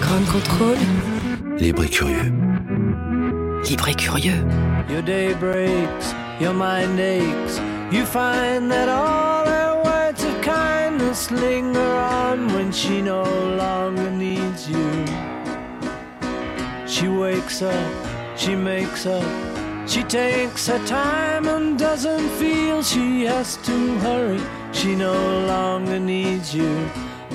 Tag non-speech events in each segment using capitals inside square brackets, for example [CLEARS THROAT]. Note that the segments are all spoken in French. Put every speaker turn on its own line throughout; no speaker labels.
Grand contrôle.
Libre et curieux.
Libre et curieux.
Your day breaks, your mind aches. You find that all her words of kindness linger on when she no longer needs you. She wakes up, she makes up, she takes her time and doesn't feel she has to hurry. She no longer needs you.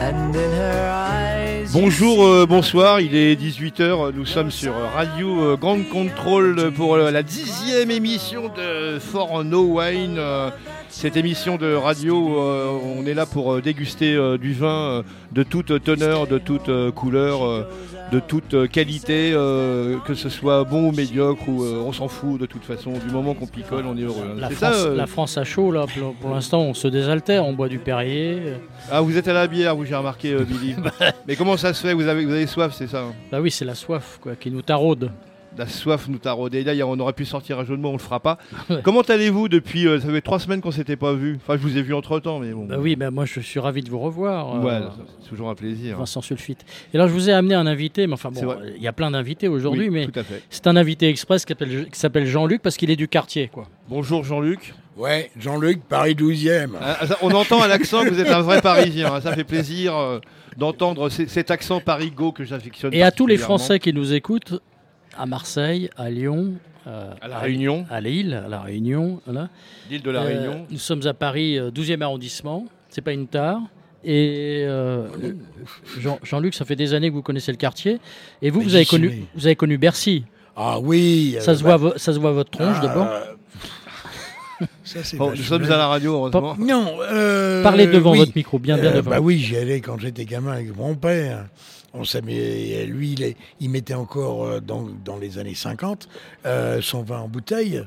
And in her eyes. you
Bonjour, euh, bonsoir, il est 18h, nous sommes sur Radio euh, Grande Contrôle pour euh, la dixième émission de For No Wine. Euh, Cette émission de radio, euh, on est là pour euh, déguster euh, du vin euh, de toute teneur, de toute euh, couleur, euh, de toute euh, qualité, euh, que ce soit bon ou médiocre, ou euh, on s'en fout de toute façon, du moment qu'on picole, on est heureux. hein.
La
C'est
France,
ça, euh
la France à chaud, là, pour, pour l'instant, on se désaltère, on boit du Perrier. euh.
Ah, vous êtes à la bière, vous, j'ai remarqué,
[LAUGHS]
euh, Billy. Mais comment ça se fait vous avez, vous avez soif, c'est ça hein
Bah oui, c'est la soif quoi, qui nous taraude.
La soif nous t'a rodé. D'ailleurs, on aurait pu sortir un jeu de mots, on le
[LAUGHS]
fera pas. Comment allez-vous depuis euh, Ça fait trois semaines qu'on s'était pas vu. Enfin, je vous ai vu entre temps, mais bon.
Bah oui, bah moi je suis ravi de vous revoir. euh,
Ouais, c'est toujours un plaisir.
Vincent Sulfite. Et là, je vous ai amené un invité, mais enfin
C'est
bon, euh,
vrai.
il y a plein d'invités aujourd'hui,
Oui,
mais
tout à fait.
c'est un invité express qui s'appelle- qui s'appelle Jean-Luc parce qu'il est du quartier, quoi.
Bonjour Jean-Luc.
Ouais, Jean-Luc, Paris 12e.
Ah, ça, on entend à l'accent que vous êtes
[LAUGHS]
un vrai Parisien. hein. Ça fait plaisir euh, d'entendre c- cet accent parigo que j'affectionne.
Et à tous les
particulièrement.
Français qui nous écoutent, à Marseille, à Lyon, euh,
À la Réunion,
à Lille, à La Réunion, voilà.
l'île de la
Euh,
Réunion.
Nous sommes à Paris, euh, 12e arrondissement. C'est pas une tare. Et euh, Jean- Jean-Luc, ça fait des années que vous connaissez le quartier. Et vous,
Mais
vous avez,
j'y
connu,
suis.
vous avez connu Bercy.
Ah oui. bah, Ah, euh,
ça, se voit, vo- ça se voit à votre tronche d'abord.
[LAUGHS] Ça, c'est
Bon, nous
vachement
sommes
bien.
à la radio, heureusement.
Non. euh,
Parlez devant
oui.
votre micro, bien, bien
Euh,
devant.
bah oui, j'y allais quand j'étais gamin avec mon père. On s'amusait. Lui, il, est- il mettait encore euh, dans, dans les années 50 euh, son vin en bouteille.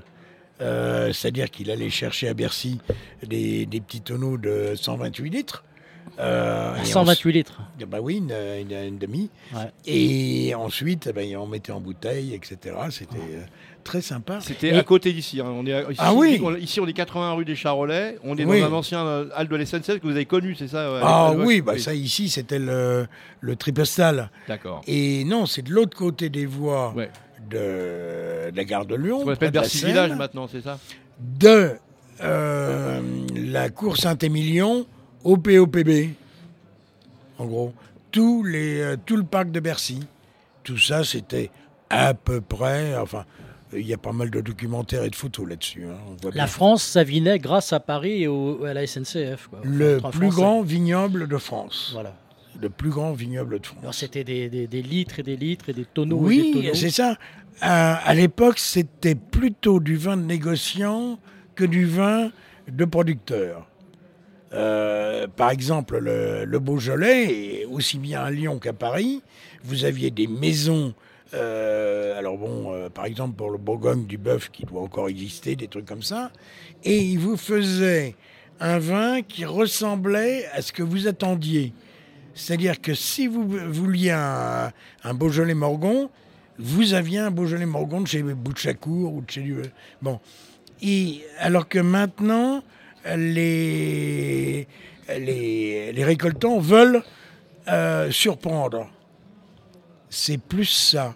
Euh, C'est-à-dire qu'il allait chercher à Bercy des, des petits tonneaux de 128 litres. Euh, et on s-
128 litres.
Bah oui, une, une- une demi.
Ouais.
Et ensuite, eh ben, on mettait en bouteille, etc. C'était euh, très sympa.
C'était
Et-
à côté d'ici. hein. On est à- ici,
Ah oui
on- ici, on est 80 rue des Charolais. On est
Oui.
dans un ancien euh, hall de la SNCF que vous avez connu, c'est ça ouais,
Ah
à l'époque
oui, bah ça ici c'était le, le tripestal.
D'accord.
Et non, c'est de l'autre côté des voies
Ouais.
de, de la gare de Lyon,
On
près
appelle
de la
Bercy
Seine,
Village maintenant, c'est ça
de euh, la cour Saint-Émilion au POPB. En gros, tous les, euh, tout le parc de Bercy. Tout ça c'était à peu près, enfin, il y a pas mal de documentaires et de photos là-dessus. hein, on voit bien.
La France s'avinait grâce à Paris et au- à la SNCF. quoi.
le
Enfin,
plus
français.
grand vignoble de France.
Voilà.
Le plus grand vignoble de France.
Alors, C'était des, des- des litres et des litres et des tonneaux. et des
Oui,
tonneaux.
c'est ça. Euh, À, à l'époque, c'était plutôt du vin de négociant que du vin de producteur. Euh, par exemple, le, le Beaujolais, et aussi bien à Lyon qu'à Paris, vous aviez des maisons. euh, alors bon, euh, par exemple pour le Bourgogne du bœuf qui doit encore exister, des trucs comme ça, et ils vous faisaient un vin qui ressemblait à ce que vous attendiez. C'est-à-dire que si vous vouliez un, un Beaujolais Morgon, vous aviez un Beaujolais Morgon de chez Boutchacourt ou de chez du. Bon. Et, alors que maintenant, les, les, les récoltants veulent euh, surprendre. C'est plus ça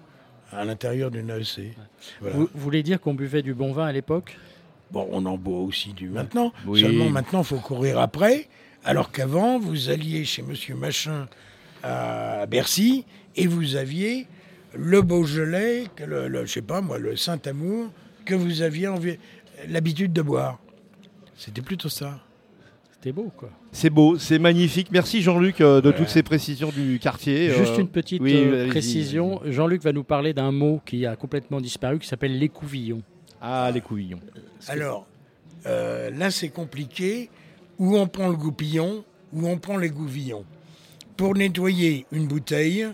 à l'intérieur d'une AEC. Voilà.
Vous, vous voulez dire qu'on buvait du bon vin à l'époque
Bon, on en boit aussi du maintenant.
Oui.
Seulement maintenant, il faut courir après. Alors qu'avant, vous alliez chez Monsieur Machin à Bercy et vous aviez le Beaujolais, que le, le- je sais pas moi, le Saint-Amour, que vous aviez envi- l'habitude de boire. C'était plutôt ça.
C'était beau, quoi.
C'est beau, c'est magnifique. Merci Jean-Luc euh, de toutes ces précisions du quartier.
Juste
euh,
une petite
oui,
euh,
allez-y.
précision. Jean-Luc va nous parler d'un mot qui a complètement disparu, qui s'appelle l'écouvillon.
Ah, les couillons.
Parce que
Alors, euh, là c'est compliqué, ou on prend le goupillon, ou on prend les gouvillons. Pour nettoyer une bouteille,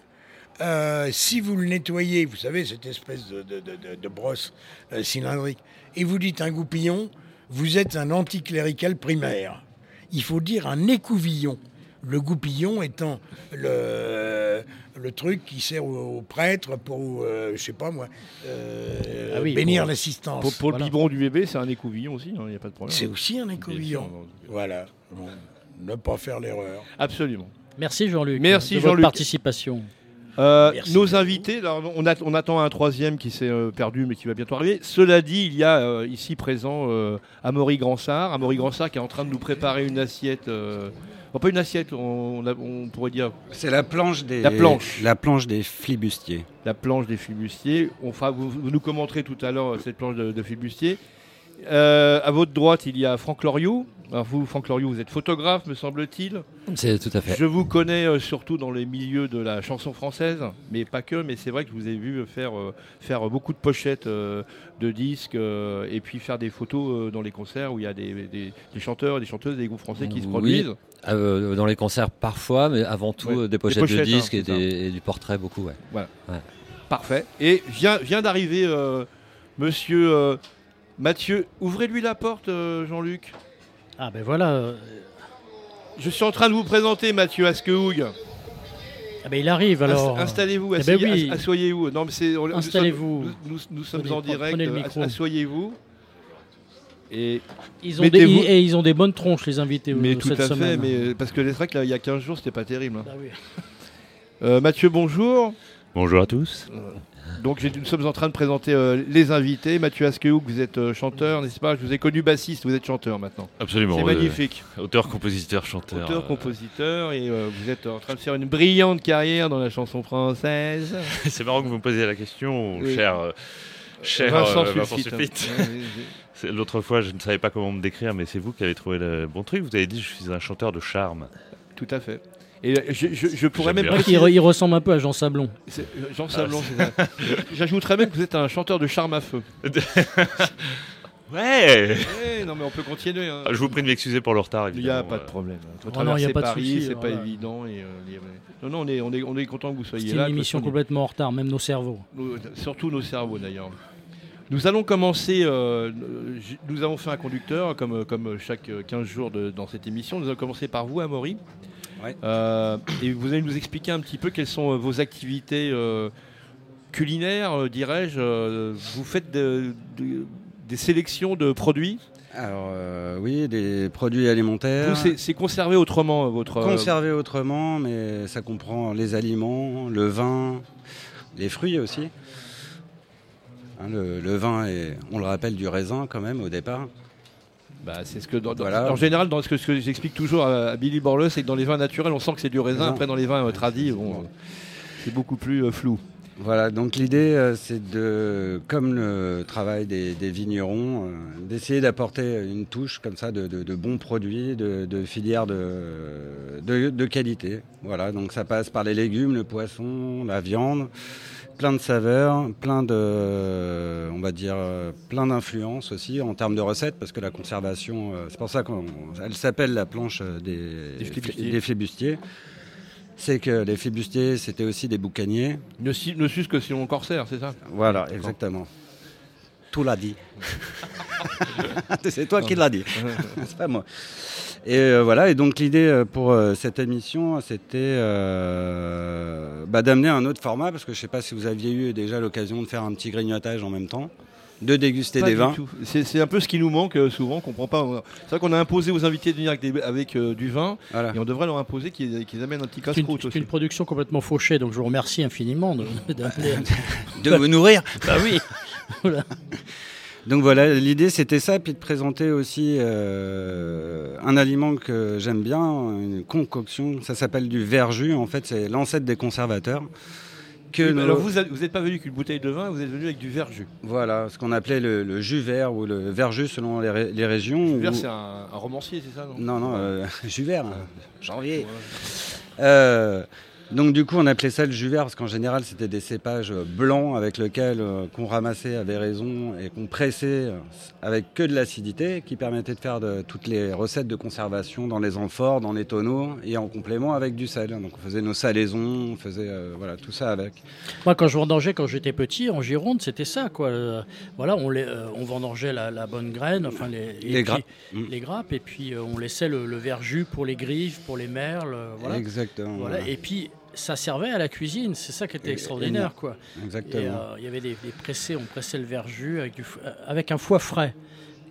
euh, si vous le nettoyez, vous savez, cette espèce de, de- de- de- de brosse euh, cylindrique, et vous dites un goupillon, vous êtes un anticlérical primaire. Il faut dire un écouvillon. Le goupillon étant le, le truc qui sert aux, aux prêtres pour, euh, je sais pas moi, euh,
Ah oui,
bénir
pour-
l'assistance.
Pour, pour
Voilà.
le biberon du bébé, c'est un écouvillon aussi, hein, il n'y a pas de problème.
C'est aussi un
Bien
écouvillon.
sûr, donc,
Voilà. Bon, ne pas faire l'erreur.
Absolument.
Merci Jean-Luc
Merci,
de votre
Jean-Luc.
participation.
Euh,
Merci
nos
beaucoup.
invités, alors, on, at- on attend un troisième qui s'est euh, perdu mais qui va bientôt arriver. Cela dit, il y a euh, ici présent euh, Amaury Gransard. Amaury Gransard qui est en train de nous préparer une assiette. euh, bon, pas une assiette, on, on a- on pourrait dire
C'est la planche des
La planche.
la planche des flibustiers.
la planche des flibustiers. On fera, vous, vous nous commenterez tout à l'heure euh, cette planche de, de flibustiers. Euh, à votre droite, il y a Franck Loriot. Alors vous, Franck Loriot, vous êtes photographe, me semble-t-il.
C'est tout à fait.
Je vous connais euh, surtout dans les milieux de la chanson française, mais pas que. Mais c'est vrai que je vous ai vu faire, euh, faire beaucoup de pochettes euh, de disques euh, et puis faire des photos euh, dans les concerts où il y a des, des- des chanteurs, des chanteuses, des groupes français qui se
Oui.
produisent.
Euh, dans les concerts parfois, mais avant tout
Ouais.
euh, des pochettes,
pochettes, hein,
de disques et,
c'est ça.
des- et du portrait beaucoup. Ouais.
Parfait. Et vient, vient d'arriver euh, monsieur euh, Mathieu. Ouvrez-lui la porte, euh, Jean-Luc.
Ah ben voilà, euh,
Je suis en train de vous présenter Mathieu Askehoug.
ah ben il arrive alors.
Ins- Installez-vous,
Eh ben
asseyez-
oui.
as- assoyez-vous. Non, mais c'est- on- nous
Installez-vous.
sommes- Nous, nous- nous sommes
Prenez-
en direct.
prenez le
euh,
micro.
as- Assoyez-vous. Et
Ils ont des,
Mettez-vous-
et ils ont des bonnes tronches les invités euh,
mais tout
cette
à fait,
semaine.
mais euh, parce que les tracts, là, il y a 15 jours, c'était pas terrible. hein.
Ah oui.
Euh, Mathieu, bonjour.
Bonjour à tous.
Donc, j'ai- nous sommes en train de présenter euh, les invités. Mathieu Askehoug, vous êtes euh, chanteur, n'est-ce pas Je vous ai connu bassiste, vous êtes chanteur maintenant.
Absolument.
c'est
euh,
magnifique.
auteur, compositeur, chanteur.
Auteur,
euh,
compositeur, et euh, vous êtes en train de faire une brillante carrière dans la chanson française.
[LAUGHS] c'est marrant que vous me posiez la question,
Oui.
cher. euh, Cher
Vincent
euh, Vincent
Sulfite. hein.
Sulfite.
Ouais, ouais, ouais.
[LAUGHS] C'est- L'autre fois, je ne savais pas comment me décrire, mais c'est vous qui avez trouvé le bon truc. Vous avez dit je suis un chanteur
[LAUGHS]
de charme.
Tout à fait. Et euh, je, je- je pourrais
J'aime
même
bien.
C'est vrai qu'il
préciser-
re- il ressemble un peu à Jean Sablon.
c'est- euh, Jean Sablon, c'est
[LAUGHS]
ça. J'ajouterais même que vous êtes un chanteur de charme à feu.
Eh, Ouais
Eh, non, mais on peut continuer. hein.
Ah, Je vous prie de m'excuser pour le retard.
Il n'y a
évidemment,
pas de
euh,
problème. hein. Faut
Oh non,
traverser
il y a pas de
Paris,
souci,
c'est pas
voilà.
évident. et, euh, il y a- Non, non, on est, on, est, on est content que vous soyez
C'est
là.
une
de toute
émission
façon,
complètement en retard, même nos cerveaux.
Nos- surtout nos cerveaux d'ailleurs. Nous allons commencer, euh, euh, j- nous avons fait un conducteur comme, euh, comme chaque euh, 15 jours de- dans cette émission. Nous allons commencer par vous, Amaury.
Ouais.
Euh, et vous allez nous expliquer un petit peu quelles sont euh, vos activités euh, culinaires, euh, dirais-je. euh, vous faites de- de- des sélections de produits.
Alors euh, oui, des produits alimentaires.
Vous, C'est c'est conservé autrement, euh, votre... euh,
Conserver autrement, mais ça comprend les aliments, le vin, les fruits aussi. Hein, le, le vin est, on le rappelle, du raisin quand même au départ.
bah, c'est ce que dans- dans-
Voilà.
En général, dans ce que, ce que j'explique toujours à, à Billy Borle, c'est que dans les vins naturels, on sent que c'est du raisin.
Raisin.
Après, dans les vins euh, tradis, bon,
Bon.
euh, c'est beaucoup plus euh, flou.
Voilà, donc l'idée, euh, c'est de, comme le travail des, des vignerons, euh, d'essayer d'apporter une touche comme ça de, de- de bons produits, de, de filières de, de- de qualité. Voilà, donc ça passe par les légumes, le poisson, la viande, plein de saveurs, plein de, euh, on va dire, euh, plein d'influences aussi en termes de recettes, parce que la conservation, euh, c'est pour ça qu'elle s'appelle la planche euh, des,
Des flibustiers.
des flibustiers. C'est que les flibustiers, c'était aussi des boucaniers.
Ne, si- ne suce que si on corsaire, c'est ça
Voilà, exactement. Tout l'a
[LAUGHS]
dit. c'est toi qui l'as dit, c'est pas moi. Et euh, voilà, et donc l'idée euh, pour euh, cette émission, c'était euh, bah, d'amener un autre format, parce que je sais pas si vous aviez eu déjà l'occasion de faire un petit grignotage en même temps, de déguster
Pas
des
du
vins.
tout. C'est c'est un peu ce qui nous manque euh, souvent, qu'on prend pas. on- C'est vrai qu'on a imposé aux invités de venir avec, des- avec, euh, du vin,
Voilà.
et on devrait leur imposer qu'ils qu'ils amènent un petit
C'est une,
casse-croûte
c'est
aussi.
une production complètement fauchée, donc je vous remercie infiniment de, [LAUGHS] d'appeler.
De vous nourrir.
bah
[LAUGHS]
oui.
[LAUGHS] Donc voilà, l'idée c'était ça, puis de présenter aussi euh, un aliment que j'aime bien, une concoction, ça s'appelle du verjus, en fait c'est l'ancêtre des conservateurs. Que
Oui,
nos-
mais Alors vous n'êtes pas venu qu'une bouteille de vin, vous êtes venu avec du verjus.
Voilà, ce qu'on appelait le, le jus vert ou le verjus selon les, ré- les régions.
Le verre,
ou- euh,
c'est un, un romancier, c'est ça
[LAUGHS] Non, non, euh, jus vert, hein,
Ouais.
janvier. Euh, Donc du coup, on appelait ça le juvert parce qu'en général, c'était des cépages euh, blancs avec lesquels euh, qu'on ramassait avait raison et qu'on pressait euh, avec que de l'acidité qui permettait de faire de- toutes les recettes de conservation dans les amphores, dans les tonneaux et en complément avec du sel. Donc on faisait nos salaisons, on faisait euh, voilà, tout ça avec.
Moi, quand je vendangeais, quand j'étais petit, en Gironde, c'était ça, quoi. Euh, voilà, on, les, euh, on vendangeait la, la bonne graine, enfin les, et
Les
puis-
grappes. Mm.
les grappes, et puis euh, on laissait le, le verjus pour les griffes, pour les merles, euh, voilà.
Exactement.
Voilà,
voilà.
Et puis ça servait à la cuisine, c'est ça qui était
Et-
extraordinaire, quoi. Et,
Exactement.
euh, il y avait des, des pressés, on pressait le verjus avec, du f- euh, avec un foie frais.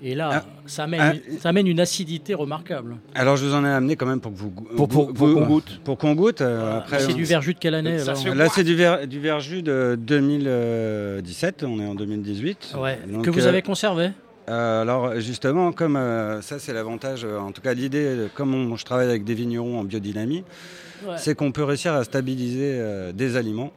Et là, ça, amène,
ah,
ça amène une acidité remarquable.
Alors je vous en ai amené quand même pour que vous
Pour- pour- pour qu'on goûte.
Pour qu'on goûte. euh, après,
Ah, c'est
on-
du verjus de quelle année
Ça
alors
se-
Là, c'est du, ver, du verjus de 2017, on est en 2018.
Ouais,
Donc,
Que vous
euh,
avez conservé
euh, alors, justement, comme euh, ça, c'est l'avantage, euh, en tout cas, l'idée, de- comme on- je travaille avec des vignerons en biodynamie,
Ouais.
c'est qu'on peut réussir à stabiliser euh, des aliments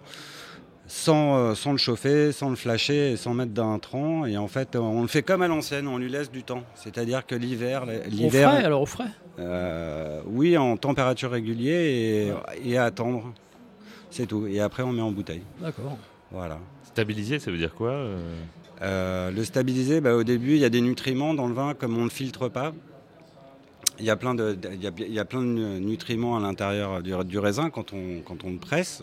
sans, euh, sans le chauffer, sans le flasher et sans mettre d'intrants. Et en fait, euh, on le fait comme à l'ancienne, on lui laisse du temps. C'est-à-dire que l'hiver,
Au
l'hiver,
frais, alors au frais
euh, oui, en température régulière et, et à attendre. C'est tout. Et après, on met en bouteille.
D'accord.
Voilà.
Stabiliser, ça veut dire quoi euh
Euh, le stabiliser, bah, au début, il y a des nutriments dans le vin, comme on ne le filtre pas. Il y a plein de, de- il y a- il y a plein de nu- nutriments à l'intérieur du, du raisin quand on, quand on le presse.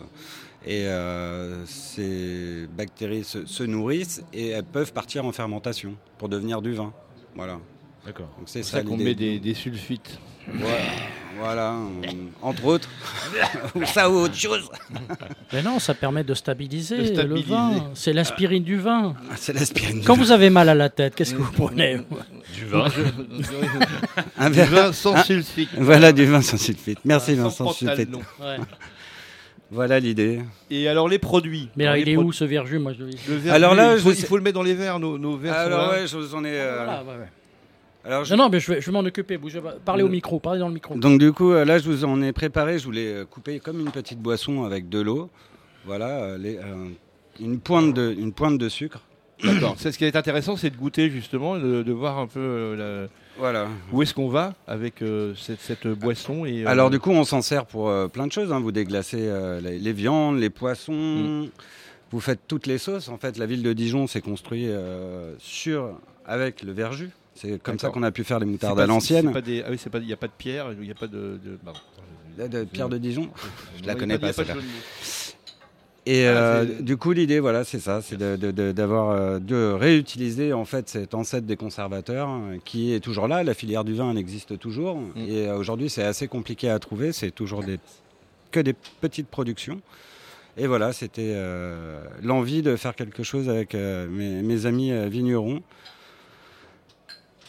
Et euh, ces bactéries se, se nourrissent et elles peuvent partir en fermentation pour devenir du vin. Voilà.
D'accord.
Donc c'est
C'est ça
ça
qu'on
l'idée.
met des, des sulfites.
Voilà. Voilà, on- entre autres. ou ça ou autre chose.
Mais non, ça permet de stabiliser,
De stabiliser.
le vin. C'est l'aspirine du vin.
Ah, C'est l'aspirine.
Quand vous
[LAUGHS]
avez mal à la tête, qu'est-ce que vous prenez
Du vin
[LAUGHS]
Un
Du
verre-
vin sans
Ah.
sulfite.
Voilà du vin sans sulfite. Merci
Sans
Vincent Sulfite.
pantalon.
Ouais.
Voilà l'idée.
Et alors les produits
Mais
Alors,
là, il
les
est
pro-
où ce verjus moi, je... le dis
le verre,
Alors
lui,
là,
il faut,
je
il
sais-
faut le mettre dans les verres, nos, nos verres. sont
Alors
là.
ouais, je vous en ai. euh,
Voilà, ouais, ouais.
alors, je-
Non, non, mais je vais, je vais m'en occuper. Bougez pas. Parlez
Euh,
au micro, parlez dans le micro.
Donc du coup, euh, là, je vous en ai préparé. Je voulais euh, couper comme une petite boisson avec de l'eau. Voilà, euh, les- euh, une pointe de, une pointe de sucre.
D'accord. C'est ce qui est intéressant, c'est de goûter justement, de, de voir un peu euh, la-
Voilà.
où est-ce qu'on va avec euh, cette, cette boisson. Et, euh,
Alors du coup, on s'en sert pour euh, plein de choses. hein. Vous déglacez euh, les, les viandes, les poissons.
Mm.
Vous faites toutes les sauces. En fait, la ville de Dijon s'est construite euh, sur avec le verjus. C'est comme ça
D'accord.
qu'on a pu faire les
c'est
moutardes
pas-
à l'ancienne.
c'est pas des- Ah oui, c'est pas- il n'y a pas de pierre, il n'y a pas de. de- bah, pardon.
La de Pierre de Dijon. Je la
Non, il y a
connais
il y
pas,
a de
celle-là.
jeu de mots.
Et
Ah,
euh,
c'est-
du coup, l'idée, voilà, c'est ça, c'est de- de- de- d'avoir, euh, de réutiliser en fait cet ancêtre des conservateurs euh, qui est toujours là. La filière du vin, elle existe toujours.
Mm.
Et euh, aujourd'hui, c'est assez compliqué à trouver. C'est toujours des, que des petites productions. Et voilà, c'était euh, l'envie de faire quelque chose avec euh, mes, mes amis euh, vignerons.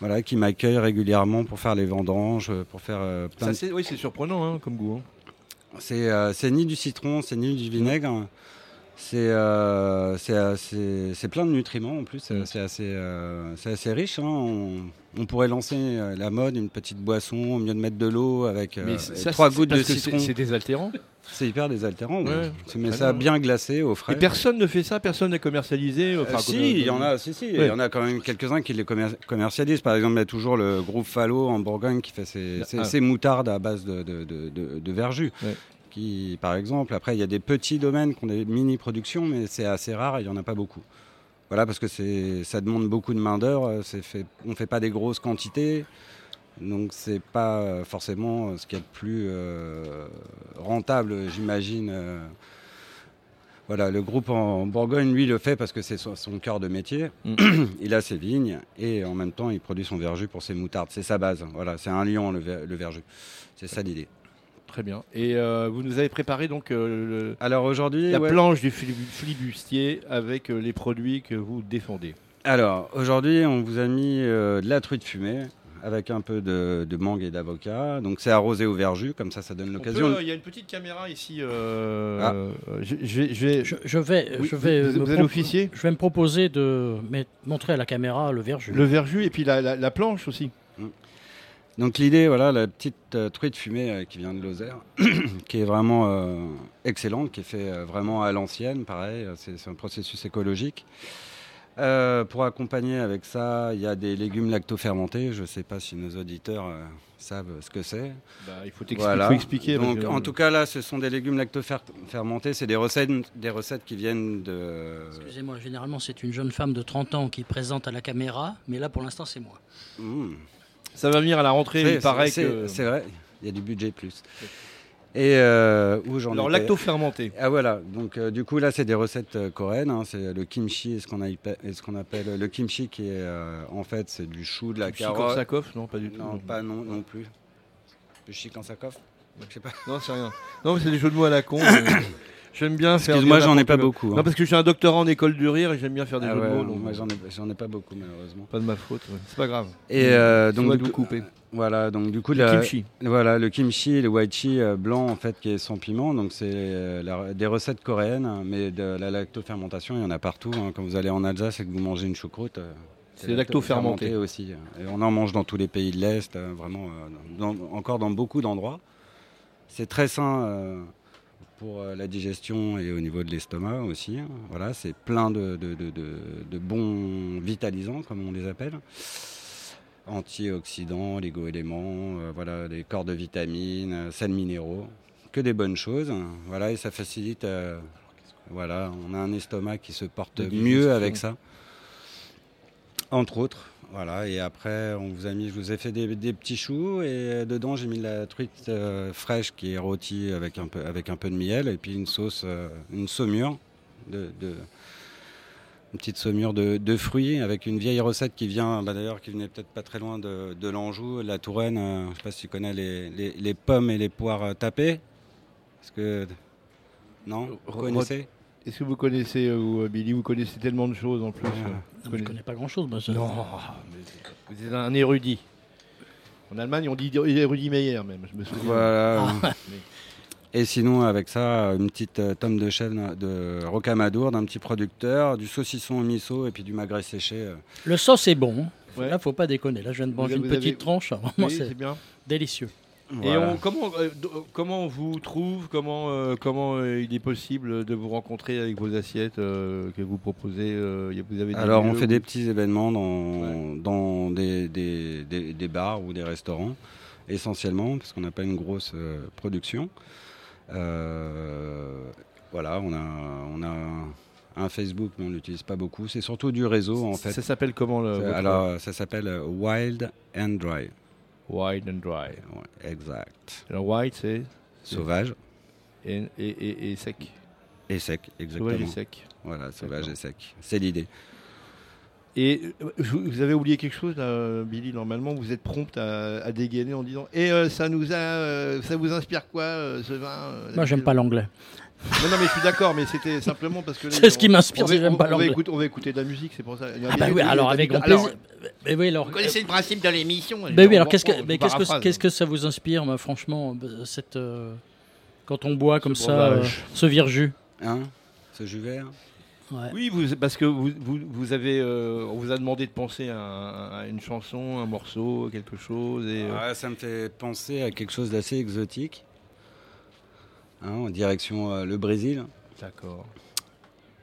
Voilà, qui m'accueillent régulièrement pour faire les vendanges, pour faire euh, plein
Ça,
de
c'est- oui, c'est surprenant hein, comme goût. hein.
c'est euh, c'est ni du citron, c'est ni du vinaigre. C'est euh, c'est, euh, c'est- c'est plein de nutriments en plus. C'est
Mm.
c'est assez, euh, c'est assez riche. hein. On, on pourrait lancer euh, la mode, une petite boisson, au mieux de mettre de l'eau avec euh,
Mais
et
ça,
trois
c'est-
gouttes de
parce que c'est-
citron.
C'est désaltérant.
C'est hyper désaltérant. ouais.
Ouais,
Tu mets
très
ça
bien,
bien glacé au
Et
frais.
personne ne fait ça, personne n'est commercialisé.
Euh,
enfin, comme-
si, il y en a, si, si, il
Ouais.
y en a quand même quelques-uns qui les commer- commercialisent. Par exemple, il y a toujours le groupe Fallo en Bourgogne qui fait ses, ses-
Ah.
ses moutardes à base de, de, de- de- de verjus.
Ouais.
Qui, par exemple, après, il y a des petits domaines qui ont des mini-productions, mais c'est assez rare, il n'y en a pas beaucoup. Voilà, parce que c'est- ça demande beaucoup de main-d'œuvre, euh, c'est fait- on ne fait pas des grosses quantités, donc c'est pas euh, forcément euh, ce qu'il y a de plus euh, rentable, j'imagine. euh, voilà, le groupe en en Bourgogne, lui, le fait parce que c'est son, son cœur de métier. [CLEARS THROAT] il a ses vignes et en même temps, il produit son verjus pour ses moutardes. C'est sa base. Voilà, c'est un lion, le, ver- le verjus. C'est ça l'idée.
Très bien. Et euh, vous nous avez préparé donc euh, le-
Alors aujourd'hui,
la
ouais.
planche du fili- flibustier avec euh, les produits que vous défendez.
Alors aujourd'hui, on vous a mis euh, de la truite fumée avec un peu de, de mangue et d'avocat. Donc c'est arrosé au verjus, comme ça, ça donne
On
l'occasion.
peut, euh, Il y a une petite caméra ici. euh,
Ah.
euh, je, je vais- je vais.
Je, je vais,
Oui,
je vais euh,
vous,
me
vous allez
pro-
officier
je vais me proposer de mais- montrer à la caméra le verjus.
Le verjus et puis la, la- la planche aussi.
Mm. Donc l'idée, voilà, la petite euh, truite fumée euh, qui vient de Lozère, [COUGHS] qui est vraiment euh, excellente, qui est faite euh, vraiment à l'ancienne, pareil, euh, c'est c'est un processus écologique. Euh, pour accompagner avec ça, il y a des légumes lactofermentés. Je ne sais pas si nos auditeurs euh, savent ce que c'est.
Bah, il faut, expli-
Voilà.
faut expliquer.
Donc,
parce que-
en tout cas, là, ce sont des légumes lactofermentés. C'est des recettes, des recettes qui viennent de.
Excusez-moi, généralement c'est une jeune femme de 30 ans qui présente à la caméra, mais là pour l'instant c'est moi.
Mmh.
ça va venir à la rentrée,
C'est-
il paraît
c'est-
que.
C'est vrai, il y a du budget plus. Et euh, où j'en
Alors,
étais
lacto-fermenté.
Ah voilà, donc euh, du coup là c'est des recettes euh, coréennes, hein. c'est le kimchi, et ce qu'on appe- et ce qu'on appelle le kimchi qui est euh, en fait c'est du chou, de la carotte.
Korsakoff Non, pas du tout.
Non, pas non, non plus. Le Chikansakoff Je sais pas.
Non, c'est rien. Non, mais c'est des jeux de mots à la con.
[COUGHS]
euh, j'aime bien faire.
Excuse-moi,
des
j'en ai
n'importe
pas
quoi.
beaucoup. hein.
Non, parce que je suis un doctorant en école du rire et j'aime bien faire des
Ah
jeux
ouais,
de mots.
non,
donc,
moi
euh,
j'en ai, j'en ai pas beaucoup malheureusement.
Pas de ma faute, ouais. c'est pas grave.
Et euh,
On va
donc,
nous
du coup,
couper.
voilà, donc du coup
Le
la-
kimchi.
Voilà, le kimchi, le waichi euh, blanc, en fait, qui est sans piment. Donc, c'est euh, la- des recettes coréennes, hein, mais de la lactofermentation, il y en a partout. hein. Quand vous allez en Alsace et que vous mangez une choucroute, euh,
C'est lactofermenté.
aussi. Et on en mange dans tous les pays de l'Est, euh, vraiment, euh, dans- encore dans beaucoup d'endroits. C'est très sain euh, pour euh, la digestion et au niveau de l'estomac aussi. hein. Voilà, c'est plein de, de- de- de- de bons vitalisants, comme on les appelle. Antioxydants, oligo-éléments, euh, voilà, des corps de vitamines, euh, sels minéraux. Que des bonnes choses. hein. Voilà, et ça facilite. euh, voilà, on a un estomac qui se porte
La
mieux avec ça. Entre autres. Voilà, et après, on vous a mis, je vous ai fait des, des petits choux, et euh, dedans, j'ai mis de la truite euh, fraîche qui est rôtie avec un, peu, avec un peu de miel, et puis une sauce, euh, une saumure, de, de- une petite saumure de, de fruits, avec une vieille recette qui vient, bah, d'ailleurs, qui venait peut-être pas très loin de, de l'Anjou, de la Touraine. euh, je sais pas si tu connais les, les- les pommes et les poires euh, tapées. Est-ce que. Non Vous
Re-
connaissez
Est-ce que vous connaissez, euh, vous, euh, Billy, vous connaissez tellement de choses en plus
Ah.
euh,
Non,
vous
mais je
connaissez-
connais pas grand chose.
Non, mais vous êtes un érudit. En Allemagne, on dit érudit Meyer même, je me souviens.
Voilà.
[LAUGHS] Mais-
Ah. Et sinon, avec ça, une petite euh, tome de chèvre de rocamadour d'un petit producteur, du saucisson au miso et puis du magret séché. euh.
Le sauce est bon,
Ouais.
là faut pas déconner, là je viens de manger
Vous
une
avez-
petite tranche, vraiment [LAUGHS]
Oui,
c'est
c'est bien.
délicieux.
Et
Voilà.
on, comment, euh, do- euh, comment on vous trouve Comment, euh, comment euh, il est possible de vous rencontrer avec vos assiettes euh, que vous proposez euh, y a- vous avez des
Alors, on
lieux
fait
où-
des petits événements dans, dans des, des- des- des bars ou des restaurants, essentiellement, parce qu'on n'a pas une grosse euh, production. Euh, voilà, on a, on a un Facebook, mais on l'utilise pas beaucoup. C'est surtout du réseau, en fait.
Ça s'appelle comment le, votre-
Alors, ça s'appelle euh, Wild and Dry.
White and Dry.
Ouais, exact.
Alors, white, c'est
Sauvage
et, et, et, et sec.
et sec,
Sauvage et
exactement.
sec.
Voilà, sauvage
D'accord.
et sec. C'est l'idée.
Et euh, vous vous avez oublié quelque chose, là, Billy. Normalement, vous êtes prompt à, à dégainer en disant Et euh, ça nous a, euh, ça vous inspire quoi euh, ce vin euh,
Moi j'aime pas l'anglais.
Non, non, mais je suis d'accord, mais c'était simplement
[LAUGHS]
parce que. là,
C'est ce
on-
qui m'inspire,
on va-
c'est que j'aime
on-
pas
On va,
l'anglais.
écouter, on va écouter de la musique, c'est pour ça.
Ah bah oui, alors avec grand plaisir. Mais oui, alors,
le principe de l'émission.
Ben oui, alors qu'est-ce que, mais qu'est-ce que, qu'est-ce que ça vous inspire, moi, franchement, ben, cette, euh, quand on boit comme ça, euh,
breuvage.
ce virjus
Hein Ce jus vert
Ouais.
Oui, vous, parce que vous, vous, vous avez, euh, on vous a demandé de penser à, un- à une chanson, un morceau, quelque chose. Et, euh,
Ah, Ça me fait penser à quelque chose d'assez exotique. Hein, en direction euh, le Brésil.
D'accord.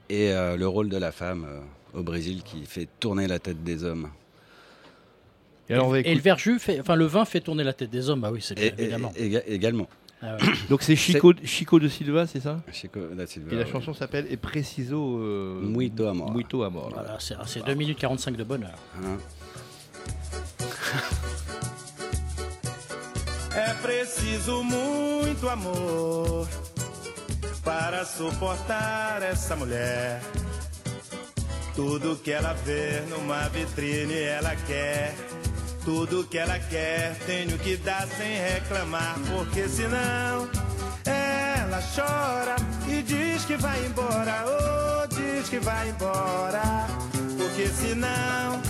Et euh, le rôle de la femme euh, au Brésil qui fait tourner la tête des hommes.
Et alors, on va
Et le
écouter.
verjus, fait, enfin le vin fait tourner la tête des hommes, bah oui, c'est
Et,
bien,
et-
évidemment.
éga- également.
Ah ouais.
[COUGHS] Donc, c'est Chico, Chico de Silva, c'est ça
Chico da Silva,
Et la
oui.
chanson s'appelle Et Preciso euh,
Muito amor.
Muito amor.
Voilà, c'est, c'est 2 minutes 45 de bonheur.
Hein.
É preciso muito amor para suportar essa mulher. Tudo que ela vê numa vitrine ela quer. Tudo que ela quer tenho que dar sem reclamar, porque senão ela chora e diz que vai embora, oh, diz que vai embora, porque senão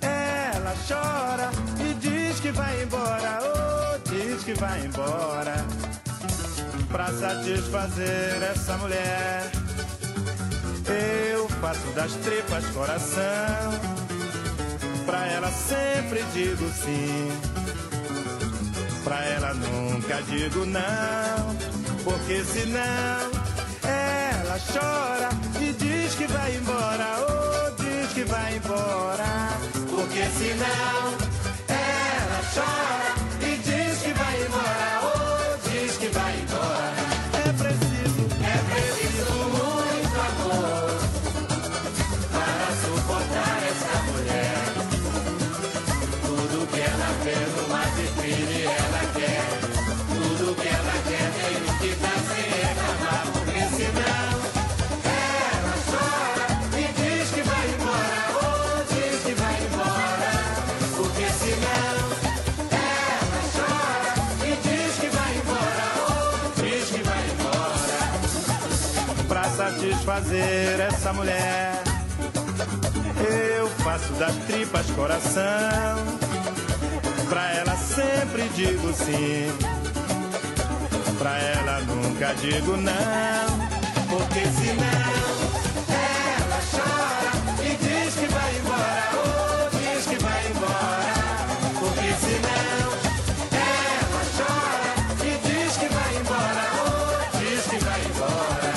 ela chora e diz que vai embora, oh, diz que vai embora, pra satisfazer essa mulher. Eu faço das tripas coração. Pra ela sempre digo sim. Pra ela nunca digo não. Porque senão ela chora e diz que vai embora. Oh, diz
depois que vai embora. Porque senão ela chora e diz que vai embora. Oh, diz que vai embora. É preciso, é preciso muito amor para suportar essa mulher. Tudo que ela vê numa vitrine ela quer. Tudo que ela quer tem que dar sem reclamar. Porque senão ela chora e diz que vai embora. Oh, diz que vai embora. Porque senão ela chora e diz que vai embora. Oh, diz que vai embora.
Pra satisfazer essa mulher,
eu faço das tripas coração.
pra ela sempre digo sim. Pra ela nunca digo não.
Porque senão ela chora e diz que vai embora, oh, diz que vai embora. Porque senão ela chora e diz que vai embora, oh, diz que vai embora.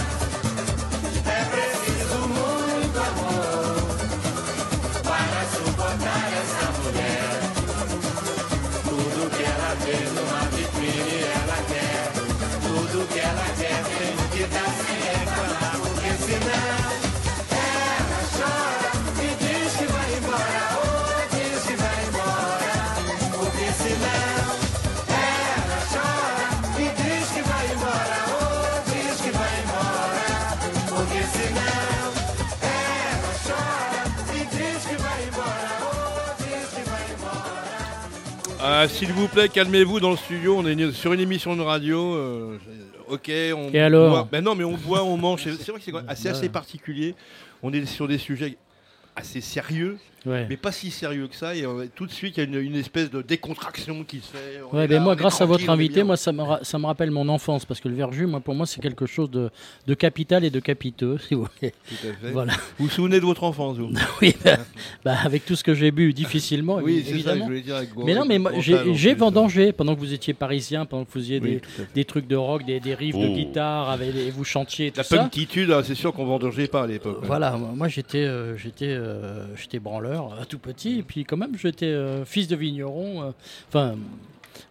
É preciso muito amor para suportar essa mulher. Tudo que ela vê numa vitrine ela quer. Tudo que ela quer tem que dar sem reclamar. Porque senão ela chora e diz que vai embora. Oh, diz que vai embora. Porque senão ela chora e diz que vai embora. Oh, diz que vai embora. Porque senão ela chora e diz que vai embora. Oh, diz que vai embora.
Ah, S'il vous plaît, calmez-vous dans le studio. On est sur une émission de radio. euh, ok, on
Et alors
boit. Ben non, mais on boit, on mange. C'est c'est vrai que c'est quand même assez, assez particulier. On est sur des sujets assez sérieux,
Ouais.
mais pas si sérieux que ça. Et euh, tout de suite, il y a une, une espèce de décontraction qui se fait. On
Ouais,
est
ben
là, on
moi,
est
grâce à votre
tranquille, on est
invité,
bien.
moi, ça me, ra- ça me rappelle mon enfance parce que le verjus, moi, pour moi, c'est quelque chose de, de capital et de capiteux, si vous voulez.
Tout à fait.
Voilà.
Vous vous souvenez de votre enfance, vous
[LAUGHS] Oui, bah, bah, avec tout ce que j'ai bu, difficilement,
Oui, c'est ça que
évidemment.
je voulais dire avec
mais non, mais moi,
Gonzalo, en
j'ai j'ai
plus. hein.
vendangé pendant que vous étiez parisien, pendant que vous faisiez
Oui,
des,
tout à fait.
des trucs de rock, des, des riffs
Oh.
de guitare, avec, et vous chantiez et tout
La
ça.
punkitude, hein, c'est sûr qu'on vendangeait pas à l'époque. hein.
Voilà, moi moi, j'étais euh, j'étais euh, j'étais branleur euh, tout petit et puis quand même j'étais euh, fils de vigneron. euh, Enfin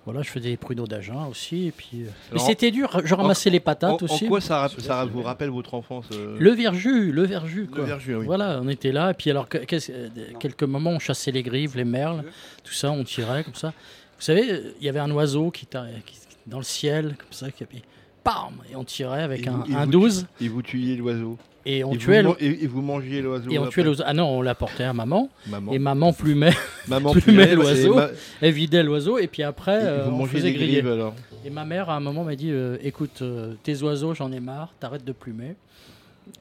voilà, je faisais des pruneaux d'Agen aussi et puis. euh, mais
Alors,
c'était dur, je
en-
ramassais les
En,
patates
en
aussi.
quoi ça, rap- ça vous rappelle votre enfance euh,
Le verjus, le verjus quoi.
verjus, oui.
Voilà, on était là et puis alors que- qu'est-ce- euh, quelques moments on chassait les grives, les merles, tout ça, on tirait comme ça. Vous savez, euh, il y avait un oiseau qui, t'a- qui- dans le ciel comme ça qui puis, Bam Et on tirait avec
Et
un,
vous- et
un
vous tu-
12
Et vous tuiez l'oiseau.
et on
Et vous
tuait
man-
le-
Et, et vous mangiez l'oiseau.
et on
après.
tuait l'oiseau. Ah non, on l'apportait à maman.
Maman.
Et maman plumait,
[LAUGHS] Maman
plumait
plumait,
l'oiseau.
et ma-
Elle vidait l'oiseau. Et puis après,
Et
euh,
vous
on
mangez
faisait
des
griller.
grives, alors
Et ma mère, à un moment, m'a dit euh, Écoute, euh, tes oiseaux, j'en ai marre, t'arrêtes de plumer.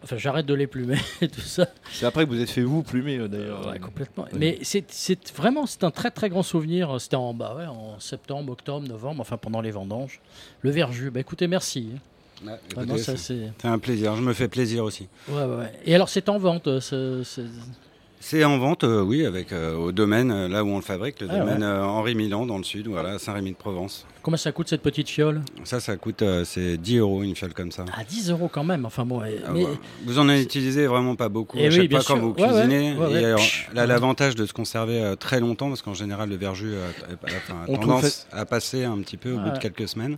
Enfin, j'arrête de les plumer [LAUGHS] et tout ça.
C'est après que vous êtes fait vous plumer euh, d'ailleurs.
Ouais, complètement. Mais c'est- c'est vraiment, c'est un très très grand souvenir. C'était en, bah ouais, en septembre, octobre, novembre, enfin pendant les vendanges. Le verjus. Bah écoutez, merci.
Ouais,
Ah non,
écoutez,
ça,
c'est
c'est-
c'est un plaisir. Je me fais plaisir aussi.
Ouais, ouais, ouais. Et alors, c'est en vente. euh, ce- ce-
C'est en vente, euh, oui, avec euh, au domaine euh, là où on le fabrique, le
Ah,
domaine
ouais.
euh, Henri Milan dans le sud, voilà, Saint-Rémy-de-Provence.
Combien ça coûte cette petite fiole Ah,
Ça, ça coûte euh, c'est 10 euros une fiole comme ça.
À 10 euros quand même. Enfin bon. ouais,
Ah,
mais-
voilà. Vous en utilisez vraiment pas beaucoup.
Eh
à
oui,
chaque
bien
fois quand
sûr.
vous
Ouais, ouais,
cuisinez.
ouais, ouais.
Et, euh,
Psh,
là, l'avantage de se conserver euh, très longtemps, parce qu'en général, le verjus euh, a, a- a
On trouve
tendance à passer un petit peu au
Ah,
bout de
ouais.
quelques semaines.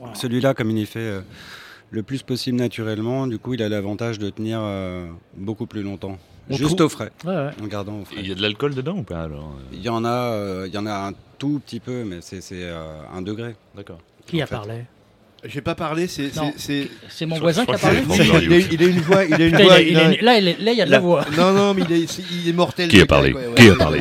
Voilà.
Celui-là, comme il est fait euh, le plus possible naturellement, du coup, il a l'avantage de tenir euh, beaucoup plus longtemps.
On
Juste
trouve-
au frais.
Ouais, ouais.
En gardant au frais.
Il y a de l'alcool dedans ou pas alors
Il y en a, euh, il y en a un tout petit peu, mais c'est c'est, euh, un degré.
D'accord.
Qui a
fait.
parlé
J'ai pas parlé, c'est.
Non.
c'est-
C'est mon
Je-
voisin
je
qui
crois
a
que c'est
parlé.
Franck Darius. Il a- il a une voix- il a une
Putain,
voix-
il
il a-
une- Là, il est- là, il y a de la voix.
Non, non, mais il est, c'est- il est mortel.
Qui a
ce
parlé
gars,
Qui a parlé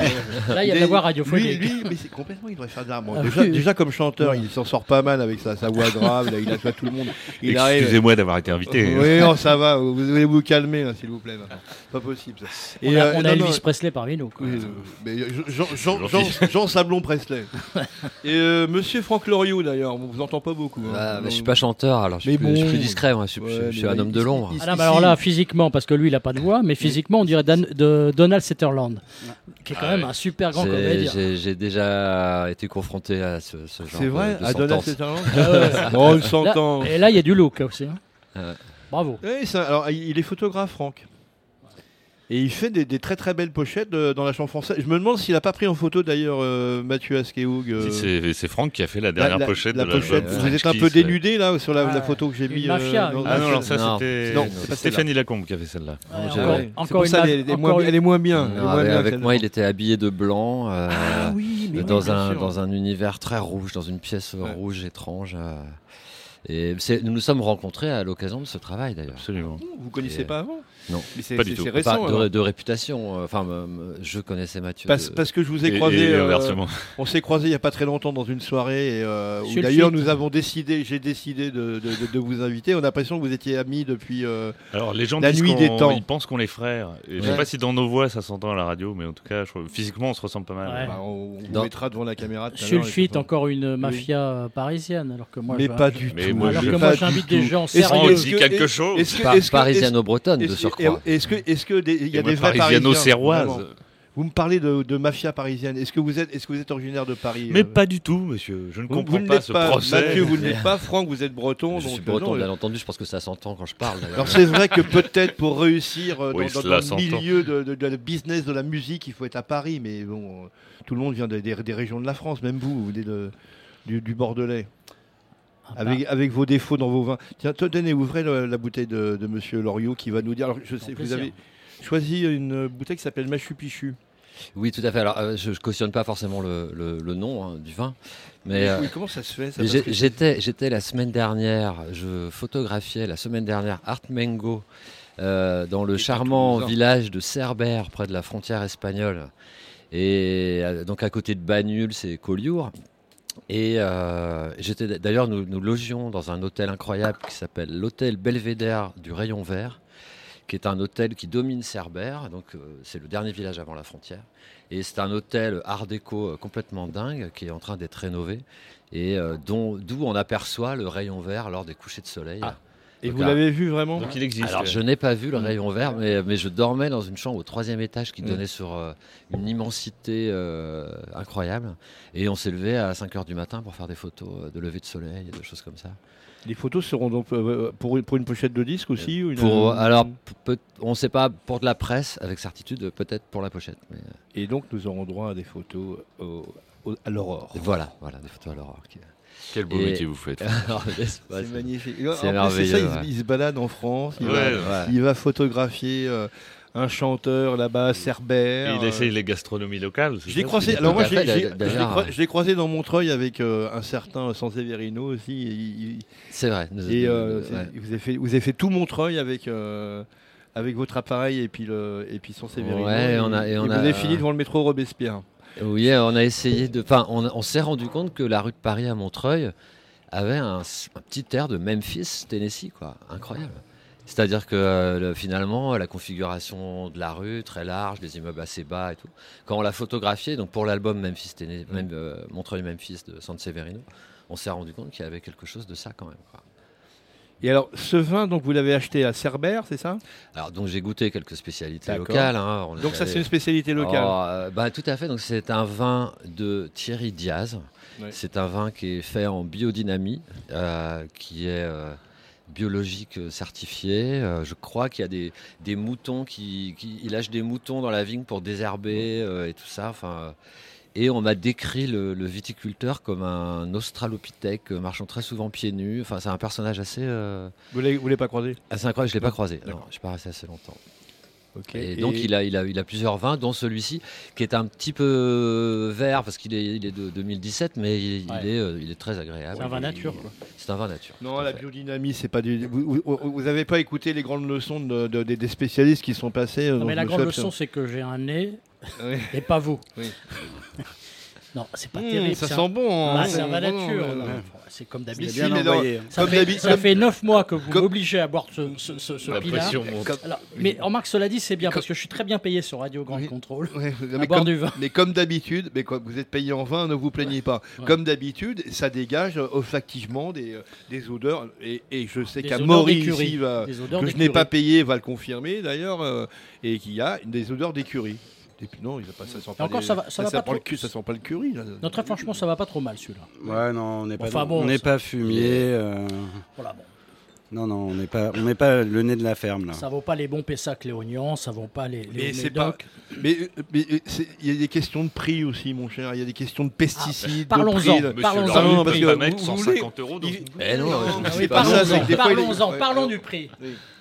Là, il y a de la voix radiophonique.
Lui, lui, mais c'est complètement, il devrait faire de l'art. moi.
Ah,
Déjà,
oui, oui.
déjà, comme chanteur, il s'en sort pas mal avec sa, sa voix grave, là, il a tout le monde. Il arrive.
Excusez-moi d'avoir été euh. invité.
Oui, non, ça va, vous voulez vous calmer, là, s'il vous plaît. maintenant. Pas possible. ça.
on a,
euh,
on a
non, non,
Elvis Presley parmi nous. quoi.
Oui, euh, mais Jean, Jean- Jean-
gentil.
Jean- Jean Sablon Presley. [LAUGHS] Et euh, monsieur Franck Loriot d'ailleurs, on vous entend pas beaucoup. hein.
Ah, mais
Donc-
je suis pas chanteur, alors je suis,
Mais
plus, je suis
bon.
plus discret, moi, je suis, plus-
Ouais,
je suis
mais
un
bah,
homme de
il-
l'ombre.
il-
Ah non, mais alors
Ici.
là, physiquement, parce que lui, il a pas de voix, mais physiquement, on dirait Dan- de Donald Sutherland, qui est quand
Ah
même
ouais.
un super grand
J'ai-
comédien.
J'ai j'ai déjà été confronté à ce, ce genre
C'est
de-
vrai,
de
à Donald
sentence. [LAUGHS]
[LAUGHS] Sutherland Oh, il
Ah Là-
s'entend.
et là, il y a du look là, aussi. hein.
Ouais.
Bravo.
Oui, ça- alors, il est photographe, Franck. Et il fait des, des très très belles pochettes euh, dans la chanson française. Je me demande s'il a pas pris en photo d'ailleurs euh, Mathieu Askehoug. euh,
Si, c'est- c'est Franck qui a fait la dernière pochette
la
de
pochette.
l'album
Vous êtes un
French
peu
Kiss, ouais.
dénudé là sur la, la photo que j'ai
Une
mis. euh,
mafia, une
dans-
Ah non, non, ça,
Non,
c'était-
non,
c'est
c'est pas
Stéphanie
celle-là.
Lacombe qui avait celle-là.
Ouais,
Ouais,
encore-
j'avais-
c'est pour ça, elle est- elle est moins- elle est moins bien. elle est
Non,
moins
Ah, avec,
bien
avec
que
moi,
celle-là.
il était habillé de blanc, euh,
oui, mais oui,
dans,
bien
un,
sûr.
dans un univers très rouge, dans une pièce rouge étrange. euh, et c'est- nous nous sommes rencontrés à l'occasion de ce travail d'ailleurs.
Absolument.
Vous connaissez pas avant
Non,
Mais c'est- Pas du c'est- tout. c'est récent,
Pas de-
alors.
de, réputation. euh, Enfin, me- me- je connaissais Mathieu.
Parce,
de-
parce que je vous ai croisé, euh, on s'est croisé il y a pas très longtemps dans une soirée et, euh, où
Sur le
d'ailleurs
site.
nous avons décidé, j'ai décidé de, de- de- de vous inviter. On a l'impression que vous étiez amis depuis euh,
Alors les gens
la
disent
nuit
qu'on-
des temps.
ils pensent qu'on est frères. Et Je
Ouais.
sais pas si dans nos voix ça s'entend à la radio, mais en tout cas, je trouve- physiquement, on se ressemble pas mal.
Ouais.
Bah, on on
Dans-
vous mettra devant la caméra. Ah, tout à l'heure et
Sulfite,
tout.
encore une
Oui.
mafia euh, parisienne, alors que moi
mais
je-
pas du
alors
tout.
que
mais
moi,
pas
j'invite
du
des
tout.
gens
Est-ce que-
sérieux.
est-ce que- est-ce que- est-ce que-
Par-
est-ce que-
parisiano-bretonne, de
est-ce que-
surcroît.
Est-ce que est-ce que des- il y a
Et moi,
des vrais
parisiano-serroise.
Parisiens, vraiment Vous me parlez de, de mafia parisienne. Est-ce que vous êtes est-ce que vous êtes originaire de Paris
Mais
euh,
pas du tout, monsieur. Je ne
Vous-
comprends
vous ne
pas
l'êtes
ce
pas.
procès.
Mathieu, vous
[LAUGHS]
ne l'êtes pas. Franck, vous êtes breton.
Je
donc,
suis
euh,
breton,
non,
bien entendu. Je pense que ça s'entend quand je parle. d'ailleurs.
Alors c'est vrai que peut-être pour réussir euh,
Oui,
dans, dans-
cela
dans
s'entend.
le milieu de, de- de la business de la musique, il faut être à Paris, mais bon, euh, tout le monde vient des, des- des régions de la France, même vous, vous venez de- du, du Bordelais. Avec, avec vos défauts dans vos vins. Tiens, te- tenez, ouvrez le- la bouteille de, de Monsieur Loriot qui va nous dire. Alors, je sais, vous
plaisir.
avez choisi une bouteille qui s'appelle Machu Picchu.
Oui, tout à fait. Alors, euh, je, je cautionne pas forcément le, le- le nom hein, du vin,
Mais
mais euh,
oui, comment ça se fait, ça,
mais j'ai-
parce que-
J'étais, j'étais la semaine dernière. Je photographiais la semaine dernière Art Mengo euh, dans le charmant
hein.
Toulousain.
village de Cerbère, près de la frontière espagnole, et euh, donc à côté de Bagnuls et Collioure. Et euh, j'étais d'ailleurs, nous, nous logions dans un hôtel incroyable qui s'appelle l'hôtel Belvédère du Rayon Vert, qui est un hôtel qui domine Cerbère, donc euh, c'est le dernier village avant la frontière. Et c'est un hôtel art déco euh, complètement dingue qui est en train d'être rénové et euh, dont- d'où on aperçoit le rayon vert lors des couchers de soleil.
Ah. Et
Donc,
vous
un-
l'avez vu vraiment
Donc, il existe.
alors, je n'ai pas vu le rayon vert, mais, mais je dormais dans une chambre au troisième étage qui
Mm.
donnait sur euh, une immensité euh, incroyable. Et on s'est levé à 5 heures du matin pour faire des photos euh, de lever de soleil et de choses comme ça.
Les photos seront donc euh, pour, une- pour une pochette de disque aussi ou une-
Pour, alors, p- peut- on ne sait pas pour de la presse, avec certitude, peut-être pour la pochette. Mais, euh,
Et donc, nous aurons droit à des photos au- au- à l'aurore.
voilà, voilà, des photos à l'aurore. qui-
Quel beau métier vous
[LAUGHS]
faites. [LAUGHS]
Alors, n'est-ce pas,
C'est magnifique.
c'est
En plus, c'est
merveilleux,
ça, il,
ouais.
se- il se balade en France, il,
Ouais,
va,
ouais.
il va photographier euh, un chanteur là-bas, Cerbère. euh,
il essaye les gastronomies locales. c'est
Je l'ai
ça
croisé.
Il
Alors moi,
est
j'ai-
pas-
j'ai- je l'ai
d'ailleurs,
hein.
croi- je l'ai croisé dans Montreuil avec euh, un certain Sanseverino aussi. et il- il-
C'est vrai. Nous-
Et euh,
nous-
c'est-
ouais.
vous avez fait, vous avez fait tout Montreuil avec. euh, avec votre appareil et puis le et puis Sanseverino.
Ouais,
et,
on a- et
et
on
vous
a-
avez fini devant le métro Robespierre.
Oui, euh, on a essayé de. Enfin, on, on s'est rendu compte que la rue de Paris à Montreuil avait un, s- un petit air de Memphis, Tennessee, quoi. Incroyable. C'est-à-dire que euh, le- finalement, la configuration de la rue, très large, des immeubles assez bas et tout, quand on l'a photographié, donc pour l'album Memphis, Tennessee, même, euh, Montreuil-Memphis de San Severino, on s'est rendu compte qu'il y avait quelque chose de ça quand même. quoi.
Et alors ce vin donc vous l'avez acheté à Cerbère, c'est ça
Alors donc j'ai goûté quelques spécialités
D'accord.
locales. hein. On est
Donc ça,
allé-
c'est une spécialité locale.
Oh, euh, bah, tout à fait. Donc c'est un vin de Thierry Diaz.
Ouais.
C'est un vin qui est fait en biodynamie, euh, qui est euh, biologique euh, certifié. Euh, je crois qu'il y a des, des moutons qui, qui- il lâche des moutons dans la vigne pour désherber euh, et tout ça. Enfin. euh, et on m'a décrit le, le viticulteur comme un australopithèque euh, marchant très souvent pieds nus. Enfin, c'est un personnage assez. euh,
Vous l'avez vous l'avez pas croisé
assez Ah, incroyable. Je l'ai pas
Non.
croisé. Non,
D'accord.
je suis pas resté assez longtemps.
Ok.
Et, donc
Et-
il a, il, a, il a plusieurs vins, dont celui-ci, qui est un petit peu euh, vert, parce qu'il est, il est de 2017, mais il, il
Ouais.
est, euh, il est très agréable.
C'est un vin
Il-
nature,
il-
quoi.
C'est un vin nature.
Non, la biodynamie, c'est pas du. Vous, vous- vous avez pas écouté les grandes leçons de- de- des- des spécialistes qui sont passés. euh,
Non,
dans
mais la
le
grande
shop.
leçon, c'est que j'ai un nez
Oui.
et pas vous.
Oui.
[LAUGHS] non, c'est pas
Mmh,
terrible.
ça
c'est
sent
un-
bon, hein.
Ah, c'est un vin
Non, non,
nature.
non, non.
C'est comme
C'est
d'habitude. hein,
bien Mais non, envoyé.
Ça,
comme
fait,
d'habitude-
ça
comme-
fait 9 mois que vous m'obligez à boire ce, ce, ce, ce
La
là
pression monte.
Mais en remarque, cela dit, c'est bien parce que je suis très bien payé sur Radio Grande Contrôle.
Ouais,
à
mais,
boire
comme,
du vin.
mais comme d'habitude, mais quoi, vous êtes payé en vin, ne vous plaignez pas.
Ouais.
Comme d'habitude, ça dégage euh, olfactivement des, euh, des odeurs. Et, et je sais
Des
qu'à
odeurs
Maury,
d'écurie.
ici, va-
Des odeurs
que je n'ai
d'écurie.
pas payé, va le confirmer d'ailleurs, euh, et qu'il y a des odeurs d'écurie. Et puis non, il a pas, ça sent pas,
encore,
les-
ça va- ça va pas
sent le
trop-
cul, ça sent pas le curry. là.
Non, très franchement, ça va pas trop mal celui-là.
Ouais, non, on n'est pas,
Enfin
dans-
bon,
on n'est
ça-
pas fumier. euh,
Voilà, bon.
Non, non, on n'est pas, on n'est pas le nez de la ferme là.
Ça vaut pas les bons Pessac, les oignons, ça vaut pas les, les
Mais c'est pas.
Médoc.
Mais euh, mais, euh, c'est- il y a des questions de prix aussi, mon cher. Il y a des questions de pesticides.
Ah,
de
parlons-en,
prix, de-
parlons-en.
Ah non, parce
Il
que
va
vous-
mettre
vous
150
voulez-
euros dans
il-
une
Eh non,
Ah
je ne
oui,
sais pas.
parlons-en,
Parlons-en,
avec des fois, il-
Parlons-en,
ouais.
parlons du prix.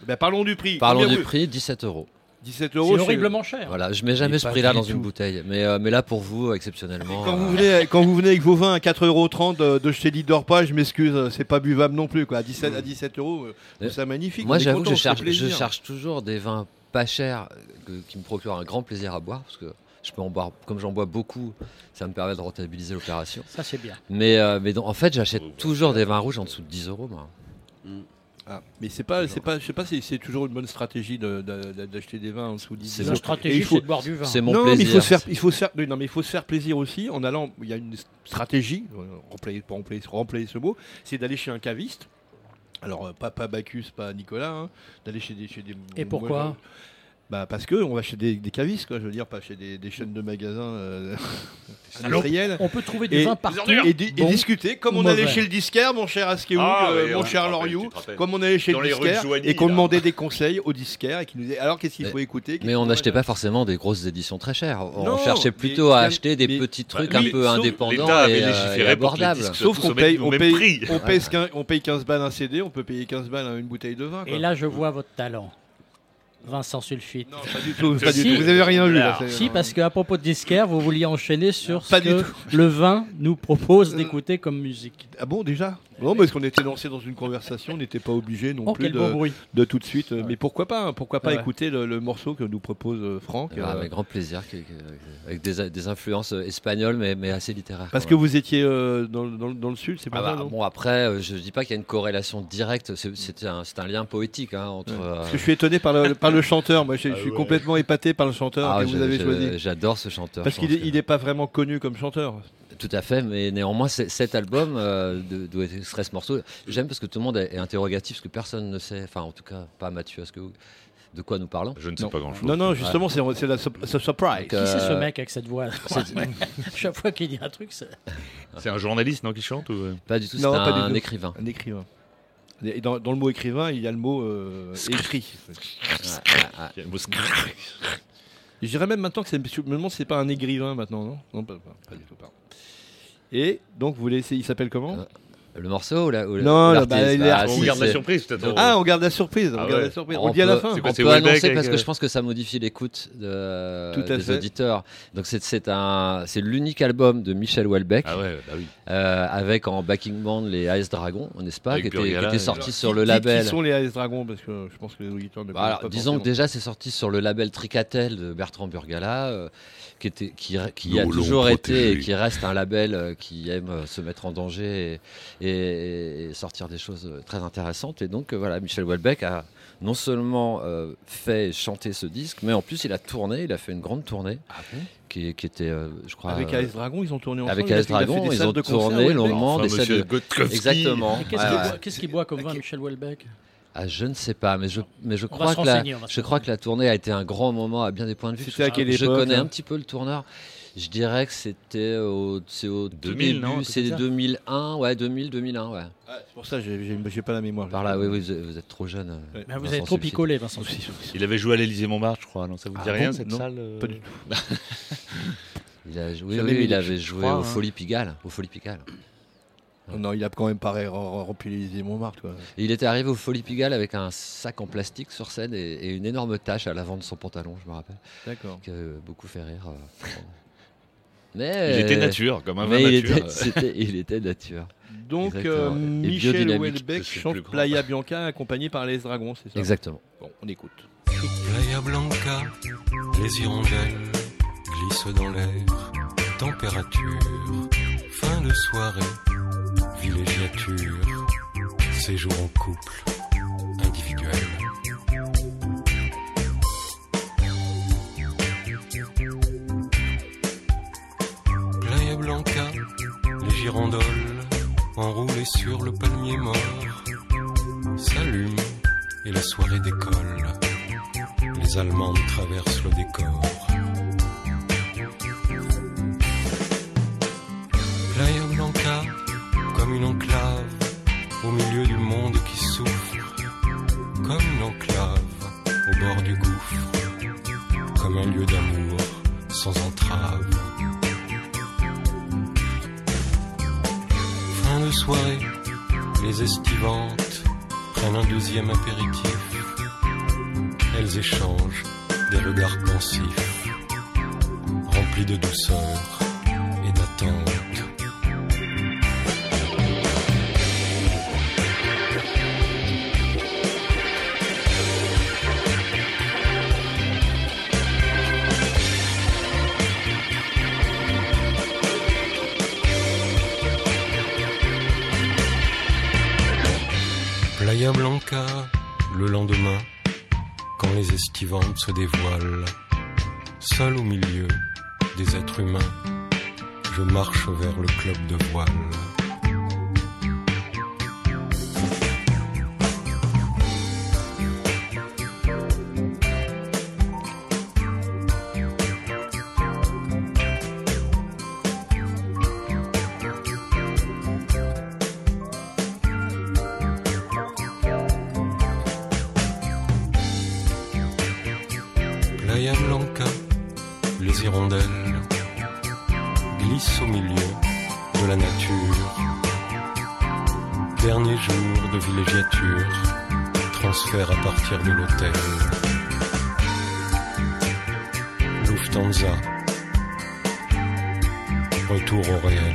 Ben, parlons du prix.
Parlons
Combien
du
vous-
prix, 17 euros.
17 euros.
horriblement cher.
Voilà, je mets
Mais
jamais ce
pas
prix-là
du
dans une
tout.
bouteille. Mais, euh, mais là, pour vous, exceptionnellement.
Quand
euh,
vous, venez, quand vous venez avec vos vins à 4,30 euros de, de chez Lidor pas, je m'excuse, euh, c'est pas buvable non plus. Quoi. À 17, à 17 euros, euh, je trouve ça magnifique.
Moi,
on est
j'avoue,
content,
je
ça fait
cherche, je
plaisir.
cherche toujours des vins pas chers que- qui me procurent un grand plaisir à boire parce que je peux en boire, comme j'en bois beaucoup, ça me permet de rentabiliser l'opération.
Ça, c'est bien.
Mais, euh, mais donc, en fait, j'achète toujours des vins rouges en dessous de 10 euros, moi.
Ah, mais c'est pas, c'est pas, je sais pas si c'est toujours une bonne stratégie de- de- de- d'acheter des vins en dessous de 10
C'est
euros.
la stratégie,
Et il
c'est
faut-
de boire du vin. C'est mon
non, Mais il faut
plaisir.
se faire, il faut se faire, oui, non, mais il faut se faire plaisir aussi en allant. Il y a une stratégie, euh, remplayer, pour remplacer, remplacer ce mot, c'est d'aller chez un caviste. Alors euh, pas, pas Bacchus, pas Nicolas, hein, d'aller chez des, chez des.
Et pourquoi
moi, je- bah parce que on va chez des, des cavistes, quoi, je veux dire, pas chez des, des chaînes de magasins euh, [LAUGHS] industriels.
On peut trouver du
Et-
vin partout,
et, di- et
bon
discuter comme
ou
on allait
mauvais.
chez le disquaire, mon cher Askeou,
Ah,
euh,
oui,
mon
oui,
cher
tu te
Loriou,
rappelles.
comme on allait chez
Dans
le
les rues de
disquaire
Joigny,
et qu'on
là.
demandait des conseils au disquaire et qui nous disait alors qu'est-ce qu'il faut écouter qu'est-ce
Mais on
qu'il faut
n'achetait pas forcément des grosses éditions très chères. On
Non,
cherchait
mais-
plutôt à
mais-
acheter des
mais-
petits
bah
trucs
oui,
un peu
sauf
l'État
indépendants
avait
et, euh, et
légiféré pour que les
abordables.
disques
Sauf qu'on paye, on paye, on paye
Ouais.
qu'un- on paye 15 balles un CD, on peut payer 15 balles une bouteille de vin. quoi.
Et là, je vois votre talent. Vincent Sulfite. Non,
pas du tout, pas du tout. Vous avez rien vu, là, c'est-
Si, parce qu'à propos de disquaire, vous vouliez enchaîner sur
Pas
ce
du
que
tout.
le vin nous propose d'écouter comme musique.
Ah bon, déjà Non, parce qu'on était lancé dans une conversation, on n'était pas obligé non
Oh,
plus
quel beau
de,
bruit.
de tout de suite. euh, Mais pourquoi pas hein, Pourquoi pas
Ouais.
écouter le, le morceau que nous propose euh, Franck
Ah,
euh,
avec grand plaisir, que- que- avec des, des influences euh, espagnoles, mais, mais assez littéraires.
Parce
quand
que
même.
vous étiez euh, dans, le- dans le- dans le sud, c'est pas
Ah bah,
ça, non Mm.
bon après, euh, je dis pas qu'il y a une corrélation directe. c'est- C'est un, c'est un lien poétique hein, entre. euh, Ah
Parce que je suis étonné
[LAUGHS]
par le, par le chanteur. Moi, je, je suis
ouais.
complètement épaté par le chanteur
Ah,
que vous
je-
avez
je-
choisi.
j'adore ce chanteur,
Parce
je
qu'il
pense
n'est pas vraiment connu comme chanteur.
Tout à fait, mais néanmoins, c'est- cet album euh, de- doit être extrait ce morceau. J'aime parce que tout le monde est est interrogatif, parce que personne ne sait, enfin en tout cas pas Mathieu, est-ce que vous- de quoi nous parlons
Je ne sais pas grand-chose.
Non, non, justement, c'est c'est la sup- c'est surprise.
Donc, euh,
Qui c'est ce mec avec cette voix [LAUGHS] Chaque fois qu'il dit un truc, ça...
C'est un journaliste non qui chante ou... euh
Pas du tout, c'est
Non, pas du
un
tout.
écrivain.
Un écrivain. Et dans, dans le mot écrivain, il y a le mot euh, écrit.
Il y a le mot sc-
Je dirais même maintenant que c'est, je me demande si c'est pas un écrivain maintenant, non Non, pas, pas- pas du tout, pardon. Et donc, vous voulez essayer, il s'appelle comment
Euh, Le morceau ou la, ou la-
Non,
ou
là, bah,
l'artiste
il est
Ah,
artiste.
si,
On garde la
c'est-
surprise, peut-être. Ah, on garde la surprise, on garde la surprise. On le dit à
peut-
la fin. C'est quoi,
on
c'est
peut
Welbeck
annoncer
avec,
parce
euh,
que je pense que ça modifie l'écoute de-
Tout à
des
fait.
auditeurs. Donc c'est- c'est un, c'est l'unique album de Michel Houellebecq
Ah bah
euh, avec en backing band les Ice Dragons, n'est-ce pas, qui
Avec
était, qui
Burgala
était
et-
sorti
Alors,
sur
qui-
le
qui-
label.
Qui sont les AS Dragons Parce que je pense que les auditeurs ne
Bah,
connaissent
alors,
pas
disons que
forcément.
déjà c'est sorti sur le label Tricatel de Bertrand Burgala, euh, qui, était, qui, qui
Nous
a
l'ont
toujours été et
protégé.
qui reste un label euh, qui aime euh, se mettre en danger et, et- et sortir des choses euh, très intéressantes. Et donc euh, voilà, Michel Houellebecq a non seulement euh, fait chanter ce disque, mais en plus il a tourné, il a fait une grande tournée
Ah bon
qui, qui était, euh, je crois,
Avec
euh,
AS Dragon, ils ont tourné ensemble.
Avec
il a
AS
fait- il a fait
Dragon,
des
ils
salles
ont
de concert,
tourné
Houellebecq.
longuement
Enfin,
des salles
monsieur
de
Gottkowski.
exactement.
Et Qu'est-ce
Ouais,
qu'il
ouais.
boit- qu'est-ce qu'il boit comme vin, Michel Houellebecq
Ah, je ne sais pas, mais je, mais je
On va
crois
se
que la,
renseigner, on va se
je crois que la tournée a été un grand moment à bien des points de vue.
C'était à
Je-
quelle
Je
époque,
connais
hein
un petit peu le tourneur. Je dirais que c'était au, c'est au tout
2000, non, un
début,
truc
c'est
comme ça
2001, ouais, 2000, 2001, ouais.
C'est pour ça que j'ai- j'ai j'ai pas la mémoire.
Par là, oui, oui, vous, vous êtes trop jeune. euh,
Ouais.
Bah, Vous
Vincent
avez trop
Sulfite.
picolé, Vincent
[LAUGHS]
Sulfite.
Il avait joué à l'Elysée Montmartre, je crois. Non, ça vous dit
Ah
rien
bon
cette
Non,
salle euh
pas du
[LAUGHS] tout.
[LAUGHS] Il a joué,
Jamais
oui,
mis
il
les-
avait
je
joué
crois,
au
hein.
Folie Pigalle, au Folie Pigalle.
Non, il a quand même pas ré- re- rempli les îles Montmartre. quoi.
Et il était arrivé au Folie Pigalle avec un sac en plastique sur scène et, et une énorme tache à l'avant de son pantalon, je me rappelle.
D'accord.
Qui avait beaucoup fait rire. euh. Mais,
Il était nature, comme un
Euh, mais
vin
il
nature.
était- c'était- il était nature.
Donc, euh,
Exactement. Et
Michel
biodynamique.
Houellebecq
C'est le
chante
plus grand.
Playa Bianca accompagné par les Dragons, c'est ça
Exactement.
Bon, on écoute.
Playa Blanca, les hirondelles glissent dans l'air. Température, fin de soirée, villégiature, séjour en couple, individuel. Playa Blanca, les girandoles, enroulées sur le palmier mort, s'allument et la soirée décolle. Les Allemandes traversent le décor. Playa Blanca, comme une enclave, au milieu du monde qui souffre,
de soirée, les estivantes prennent un deuxième apéritif. Elles échangent des regards pensifs, remplis de douceur et d'attente. Playa Blanca, le lendemain, quand les estivantes se dévoilent, seul au milieu des êtres humains, je marche vers le club de voile. Playa Blanca, les hirondelles glissent au milieu de la nature. Dernier jour de villégiature, transfert à partir de l'hôtel. Lufthansa, retour au réel.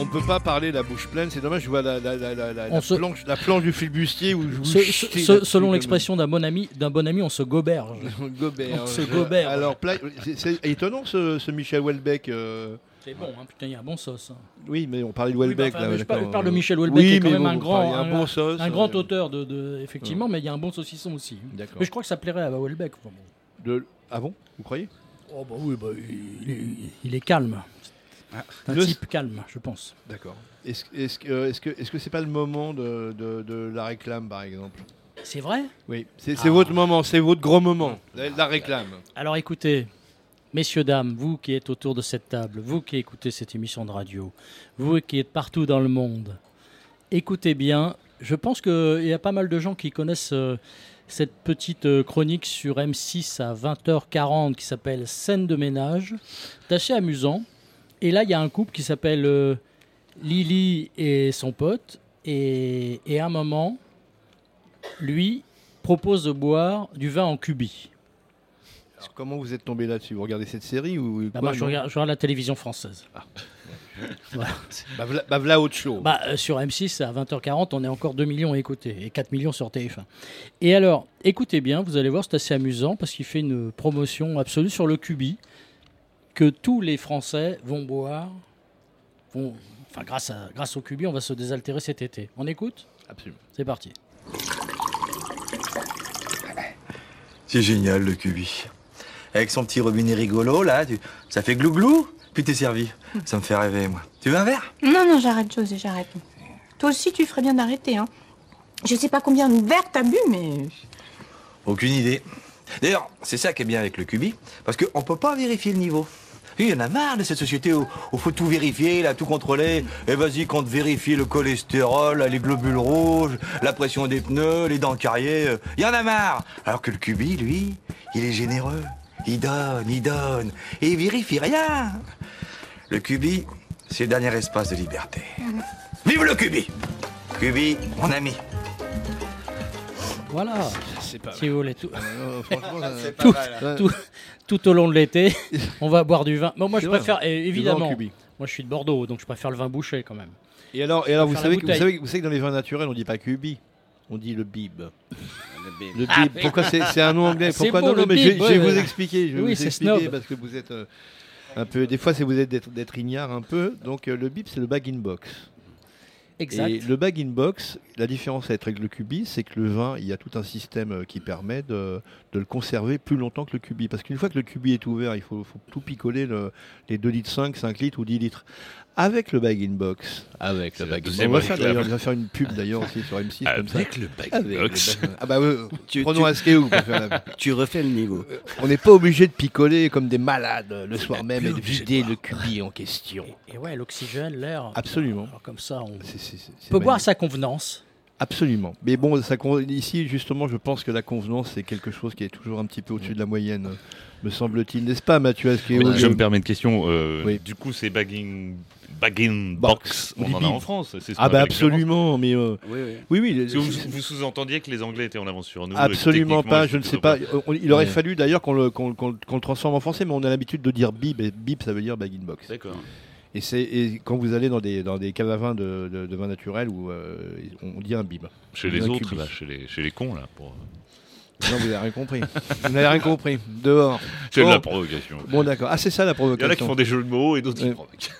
On peut pas parler la bouche pleine, c'est dommage. Je vois la, la, la, la, la-
On
la
se-
planche, la planche du flibustier où je vous
Se- se-
jetez
se-
là-dessus
selon
comme-
l'expression d'un bon ami, d'un bon ami, on se goberge.
Gobert.
On se
je-
goberge.
Alors, pla- c'est- c'est étonnant ce, ce Michel Houellebecq. euh,
C'est bon, hein, putain, il y a un bon sauce. hein.
Oui, mais on parlait de
Oui, bah,
Houellebecq.
enfin,
là,
mais je parle,
d'accord. euh.
je parle de Michel Houellebecq,
Oui,
qui est quand
mais
même
bon,
un
vous
grand,
parlez un bon sauce,
un grand
euh,
auteur de, de- effectivement, mais il y a un bon saucisson aussi.
D'accord.
Mais je crois que ça plairait à Houellebecq. enfin, bon.
de- Ah bon Vous croyez
Oh bah oui, bah, il, est- il est calme. C'est un
Ah. Le-
type calme, je pense.
D'accord. Est-ce est-ce que est-ce que est-ce que c'est pas le moment de, de- de la réclame par exemple
C'est vrai
Oui, c'est c'est votre moment, c'est votre gros moment, la, la réclame.
Alors écoutez, messieurs, dames, vous qui êtes autour de cette table, vous qui écoutez cette émission de radio, vous qui êtes partout dans le monde, écoutez bien, je pense qu'il y a pas mal de gens qui connaissent euh, cette petite euh, chronique sur M6 à 20h40 qui s'appelle Scène de ménage. C'est assez amusant. Et là, il y a un couple qui s'appelle euh, Lily et son pote. Et, et à un moment, lui propose de boire du vin en cubi.
Alors, comment vous êtes tombé là-dessus Vous regardez cette série ou
Bah,
quoi,
moi, je
non
regarde, je regarde la télévision française. [LAUGHS] Voilà.
Bah, v'là- bah, v'là autre chose.
Bah, euh, sur M6, à 20h40, on est encore 2 millions à écouter et 4 millions sur TF1. Et alors, écoutez bien, vous allez voir, c'est assez amusant parce qu'il fait une promotion absolue sur le Cubi que tous les Français vont boire. vont- Enfin, grâce, à, grâce au Cubi, on va se désaltérer cet été. On écoute
Absolument.
C'est parti.
C'est génial, le cubi. Avec son petit robinet rigolo, là, tu- ça fait glouglou, puis t'es servi. Ça me fait rêver, moi. Tu veux un verre
Non, non, j'arrête, José, j'arrête. Toi aussi, tu ferais bien d'arrêter, hein. Je sais pas combien de verres t'as bu, mais.
Aucune idée. D'ailleurs, c'est ça qui est bien avec le cubi, parce qu'on peut pas vérifier le niveau. Il y en a marre de cette société où il faut tout vérifier, là, tout contrôler. Et vas-y, quand te vérifie le cholestérol, là, les globules rouges, la pression des pneus, les dents carriées, euh, il y en a marre. Alors que le cubi, lui, il est généreux. Il donne, il donne, et il vérifie rien. Le cubi, c'est le dernier espace de liberté. Vive le cubi Cubi, mon ami.
Voilà.
C'est pas
Si vous voulez tout.
Euh, oh,
[LAUGHS]
franchement, ça- C'est pas
tout,
mal, hein.
tout-
ouais.
tout au long de
[LAUGHS]
l'été, on va boire du vin. Bon, moi,
C'est
je
vrai. hein.
préfère, eh,
Du vin en
évidemment.
cubi.
Moi, je suis de Bordeaux, donc je préfère le vin bouché quand même.
Et alors, et alors
Je
vous,
préfère la
savez que, vous,
bouteille.
savez, que- vous savez que dans les vins naturels, on dit pas cubi, on dit le bib. Ah, Le
bib.
Le bib.
Ah, oui.
Pourquoi c'est c'est un nom anglais
Ah, C'est
Pourquoi
beau,
non, non,
le
mais je,
bib,
je
ouais,
vais vous
ouais.
expliquer. Je vais
Oui,
vous
c'est
expliquer
snob.
parce que vous êtes euh, un peu. Des fois, c'est vous êtes d'être d'être ignare un peu. Donc, euh, le bib, c'est le bag in box.
Exact.
Et le bag in box, la différence avec le cubi, c'est que le vin, il y a tout un système euh, qui permet de, de le conserver plus longtemps que le cubi. Parce qu'une fois que le cubi est ouvert, il faut, faut tout picoler, le- les 2 litres 5, 5 litres ou 10 litres. Avec le bag in box.
Avec le bag in
On va
box.
faire, d'ailleurs- on va faire une pub d'ailleurs aussi sur M6 comme ça.
Avec le bag in box.
bag- Ah bah euh,
Tu-
prenons
tu-
un skéou pour faire la-
[LAUGHS] Tu refais le niveau.
On n'est pas obligé de picoler comme des malades euh, le soir même
plus
et de vider le cubi en question.
Et ouais, l'oxygène, l'air.
Absolument.
Alors comme ça, on
c'est
peut boire à
magnifique.
sa convenance.
Absolument. Mais bon, ça, con- ici, justement, je pense que la convenance, c'est quelque chose qui est toujours un petit peu au-dessus de la moyenne, me semble-t-il. N'est-ce pas, Mathieu Askew
Oui, je me permets une question. euh,
Oui.
Du coup, c'est bagging, bagging box, on en a en France. c'est ce qu'on
Ah bah
appelle actuellement.
absolument, mais... euh,
Oui, oui.
oui, le-
Parce que vous, vous sous-entendiez que les Anglais étaient en avance sur nous. et que
Absolument
techniquement,
pas,
ils
je ne
étaient
sais
plutôt
pas. Euh, On- il aurait
Ouais.
fallu d'ailleurs qu'on le, qu'on- qu'on- qu'on le transforme en français, mais on a l'habitude de dire bib, et bib ça veut dire bag in box.
D'accord.
Et, c'est- et quand vous allez dans des, dans des caves à vin de, de- de vin naturel, où, euh, on dit un bib.
Chez
On
les
dit un
autres,
cubi.
là, chez, les, chez les cons, là. Pour... euh,
Non, vous n'avez rien compris. Vous n'avez rien compris. Dehors.
[LAUGHS] C'est de
Bon.
la provocation.
Bon, d'accord. Ah, c'est ça la
Il y en
provocation.
a qui font des jeux de mots et d'autres qui
Ouais.
provoquent.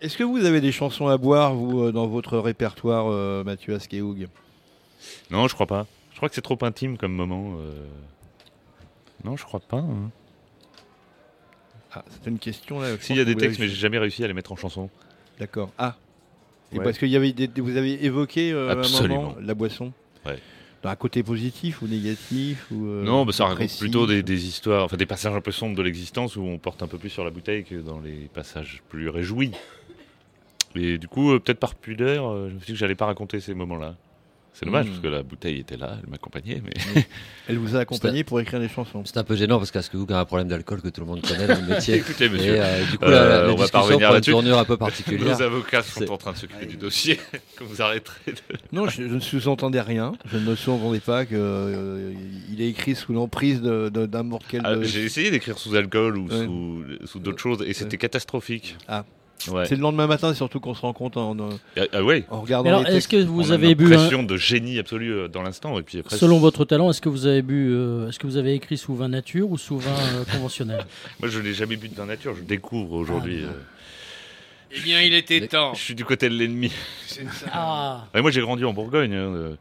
Est-ce que vous avez des chansons à boire, vous, euh, dans votre répertoire, euh, Mathieu Askehoug
Non, je crois pas. Je crois que c'est trop intime comme moment. euh. Non, je crois pas. hein.
Ah, c'est une question là. je
S'il
pense
y a
que
des
vous
textes, mais
l'avez-
j'ai jamais réussi à les mettre en chanson.
D'accord. Ah. Et
Ouais.
parce que y avait des- vous avez évoqué euh, à un
Absolument.
moment la boisson.
Ouais.
Dans un côté positif ou négatif ou, euh,
Non, bah, ça raconte
dépressif
plutôt des, des histoires, enfin des passages un peu sombres de l'existence où on porte un peu plus sur la bouteille que dans les passages plus réjouis. Et du coup, euh, peut-être par pudeur, euh, je me suis dit que j'allais pas raconter ces moments-là. C'est dommage
Mm.
parce que la bouteille était là, elle m'accompagnait, mais
Hmm. Elle vous
[LAUGHS]
a accompagné pour écrire des chansons.
C'est un peu gênant parce qu'Askehoug a un problème d'alcool que tout le monde connaît [LAUGHS] dans le
[LAUGHS]
métier.
Écoutez, monsieur,
Et, euh, du coup,
euh,
la- la, la
on va pas
discussion
revenir
prend une
là-dessus.
tournure
[LAUGHS]
un peu particulière.
Nos avocats sont
C'est-
en train de s'occuper du dossier. [LAUGHS] que vous arrêterez. de-
Non, je, je ne sous-entendais rien. Je ne sous-entendais pas que euh, il est écrit sous l'emprise de- de- d'un mortel.
Ah,
de-
J'ai essayé d'écrire sous alcool ou
Ouais.
sous, sous d'autres choses et c'était catastrophique.
Ah.
Ouais.
C'est le lendemain matin, surtout qu'on se rend compte en, euh,
Ah, ah ouais.
en regardant.
Mais alors,
les
est-ce que
textes.
vous
On a
avez bu un-
l'impression de génie absolu euh, dans l'instant et puis après.
Selon votre talent, est-ce que vous avez bu, euh, est-ce que vous avez écrit sous vin nature ou sous vin euh,
[LAUGHS]
conventionnel
Moi, je n'ai jamais bu de vin nature, je
Ah,
découvre aujourd'hui. euh,
Eh bien, il était temps.
Je suis du côté de l'ennemi.
Ah.
Ouais, moi, j'ai grandi en Bourgogne, hein, euh,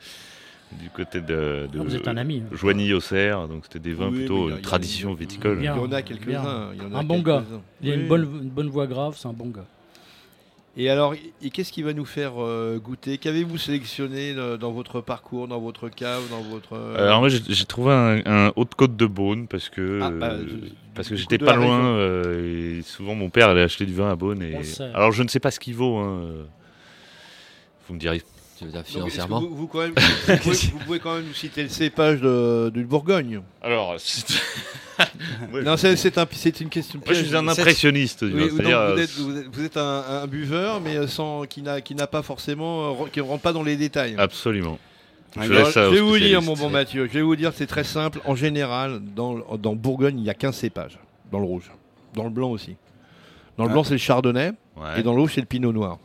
du côté de. de
Ah, vous êtes un ami, hein.
Joigny Auxerre, donc c'était des vins
Oui, oui,
plutôt
il y a- il
euh,
y a-
tradition viticole.
Il y en a quelques-uns. il y en a
un bon gars.
quelques-uns.
Il a
Oui.
une bonne, une bonne voix grave, c'est un bon gars.
Et alors, et qu'est-ce qui va nous faire euh, goûter Qu'avez-vous sélectionné euh, dans votre parcours, dans votre cave, dans votre euh,
Alors, moi, j'ai- j'ai trouvé un, un haute côte de Beaune parce que.
Ah, bah,
euh,
du-
parce que
du
j'étais
coup, de la
pas loin.
région.
euh, et souvent, mon père allait acheter du vin à Beaune. Et...
On le sait.
Alors, je ne sais pas ce qu'il vaut. hein, euh, Vous me direz.
Tu veux dire
Donc, est-ce que vous, vous
[LAUGHS]
quand même,
[LAUGHS]
vous, pouvez, vous pouvez quand même nous citer le cépage de, de Bourgogne.
Alors, c'est- [LAUGHS] Moi,
non, c'est, c'est un- c'est une question.
Moi, je suis un
C'est-
impressionniste,
Oui,
tu vois,
ou non,
c'est-à-dire,
vous
euh,
êtes, vous êtes- vous êtes un, un buveur, mais euh, sans qui n'a qui n'a pas forcément, euh, re- qui ne rentre pas dans les détails.
Absolument.
Ah,
Alors, Je,
laisse ça aux
vais vous dire,
spécialistes.
mon bon Mathieu, je vais vous dire, c'est très simple. En général, dans, dans Bourgogne, il n'y a qu'un cépage. Dans le rouge. Dans le blanc aussi. Dans le
Ah.
blanc, c'est le chardonnay.
Ouais.
Et dans le rouge, c'est le pinot noir.